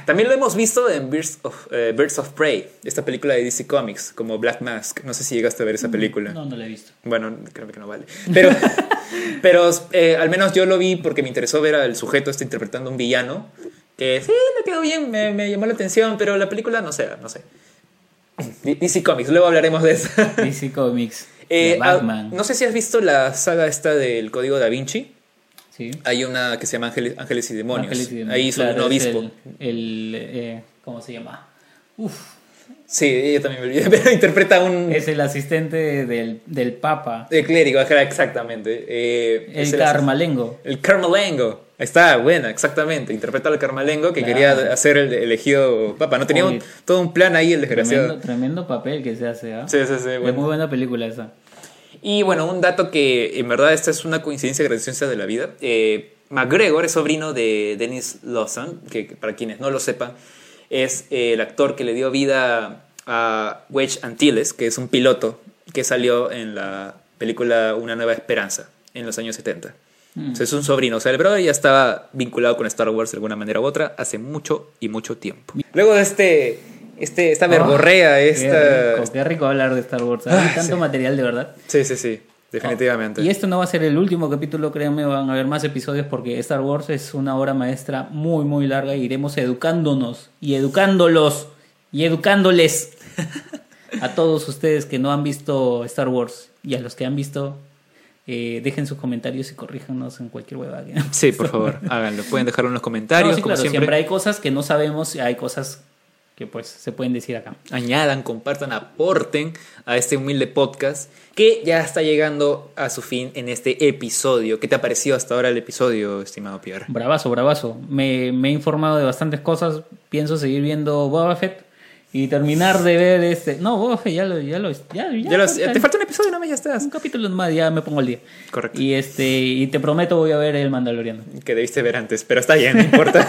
Speaker 2: También lo hemos visto en Birds of, eh, Birds of Prey, esta película de DC Comics, como Black Mask. No sé si llegaste a ver esa película.
Speaker 1: No, no lo he visto.
Speaker 2: Bueno, creo que no vale. Pero, pero eh, al menos yo lo vi porque me interesó ver al sujeto este interpretando un villano. Que sí, me quedó bien, me, me llamó la atención, pero la película no sé, no sé. DC Comics, luego hablaremos de eso.
Speaker 1: DC Comics. de
Speaker 2: Eh, ah,
Speaker 1: Batman.
Speaker 2: no sé si has visto la saga esta del Código da Vinci.
Speaker 1: Sí.
Speaker 2: Hay una que se llama Ángeles, Ángeles y Demonios.
Speaker 1: Ángeles y Demonios.
Speaker 2: Ahí hizo
Speaker 1: Claro,
Speaker 2: un
Speaker 1: es
Speaker 2: obispo.
Speaker 1: El. el, eh, ¿Cómo se llama? Uf.
Speaker 2: Sí, ella también me olvidé, pero interpreta a un
Speaker 1: Es el asistente del, del Papa.
Speaker 2: eh, clérigo, ajá, exactamente. Eh, es
Speaker 1: El Carmalengo.
Speaker 2: El Carmalengo. Ahí Está buena, exactamente. Interpreta al Carmalengo que
Speaker 1: Claro.
Speaker 2: quería hacer el elegido papa. No tenía un-
Speaker 1: Oye.
Speaker 2: todo un plan ahí el desgraciado.
Speaker 1: Tremendo, tremendo papel que se hace, ¿ah?
Speaker 2: Sí, sí, sí,
Speaker 1: Es
Speaker 2: bueno.
Speaker 1: muy buena película esa.
Speaker 2: Y bueno, un dato que en verdad esta es una coincidencia graciosa de la vida. Eh, McGregor es sobrino de Dennis Lawson, que que para quienes no lo sepan, es eh, el actor que le dio vida a Wedge Antilles, que es un piloto que salió en la película Una Nueva Esperanza en los años 70.
Speaker 1: Mm.
Speaker 2: O sea, es un sobrino, o sea, el brother ya estaba vinculado con Star Wars de alguna manera u otra hace mucho y mucho tiempo. Luego de este, este, esta verborrea,
Speaker 1: Ah,
Speaker 2: esta...
Speaker 1: Qué rico, qué rico hablar de Star Wars. Hay
Speaker 2: Ah,
Speaker 1: tanto
Speaker 2: sí.
Speaker 1: material de verdad.
Speaker 2: Sí, sí, sí, definitivamente.
Speaker 1: Ah, Y esto no va a ser el último capítulo, créanme, van a haber más episodios porque Star Wars es una obra maestra muy, muy larga y iremos educándonos y educándolos y educándoles a todos ustedes que no han visto Star Wars y a los que han visto, eh, dejen sus comentarios y corríjanos en cualquier hueva. que-
Speaker 2: Sí, por favor, háganlo. Pueden dejarlo en los
Speaker 1: No,
Speaker 2: comentarios,
Speaker 1: sí,
Speaker 2: como
Speaker 1: claro, siempre.
Speaker 2: siempre.
Speaker 1: hay cosas que no sabemos, hay cosas que pues se pueden decir acá.
Speaker 2: Añadan, compartan, aporten a este humilde podcast que ya está llegando a su fin en este episodio. ¿Qué te ha parecido hasta ahora el episodio, estimado Pierre?
Speaker 1: Bravazo, bravazo. Me, me he informado de bastantes cosas. Pienso seguir viendo Boba Fett y terminar de ver este. No, Boba Fett ya lo. Ya lo, ya, ya
Speaker 2: Ya los-
Speaker 1: faltan-
Speaker 2: te falta un episodio, no me ya estás.
Speaker 1: un capítulo más, ya me pongo al día.
Speaker 2: Correcto.
Speaker 1: Y este y te prometo voy a ver El Mandaloriano.
Speaker 2: Que debiste ver antes, pero está bien, no importa.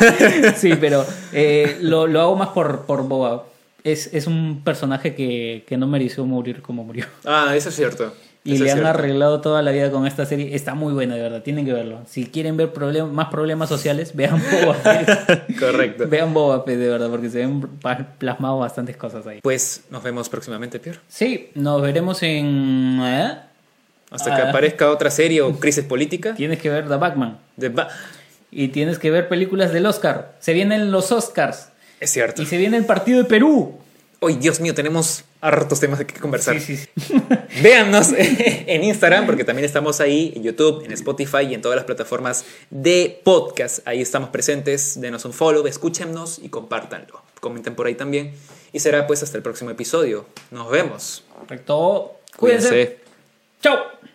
Speaker 1: Sí, pero eh, lo, lo hago más por, por Boba. Es, es un personaje que, que no mereció morir como murió.
Speaker 2: ah, eso es cierto.
Speaker 1: Y
Speaker 2: Eso
Speaker 1: le
Speaker 2: es
Speaker 1: han
Speaker 2: cierto.
Speaker 1: arreglado toda la vida con esta serie. Está muy buena, de verdad. Tienen que verlo. Si quieren ver problem- más problemas sociales, vean Boba Fett.
Speaker 2: Correcto.
Speaker 1: vean Boba Fett, de verdad, porque se ven pa- plasmado bastantes cosas ahí.
Speaker 2: Pues nos vemos próximamente, Pierre.
Speaker 1: Sí, nos veremos en... ¿eh?
Speaker 2: Hasta que
Speaker 1: Ah.
Speaker 2: aparezca otra serie o crisis política.
Speaker 1: Tienes que ver The Batman.
Speaker 2: De ba-
Speaker 1: Y tienes que ver películas del Oscar. Se vienen los Oscars.
Speaker 2: es cierto.
Speaker 1: Y se viene el partido de Perú.
Speaker 2: Hoy, Dios mío, tenemos hartos temas de que conversar.
Speaker 1: Sí, sí, sí.
Speaker 2: Véannos en Instagram porque también estamos ahí, en YouTube, en Spotify y en todas las plataformas de podcast. Ahí estamos presentes, denos un follow, escúchenos y compártanlo. Comenten por ahí también. Y será pues hasta el próximo episodio. Nos vemos.
Speaker 1: Correcto. Cuídense. Chao.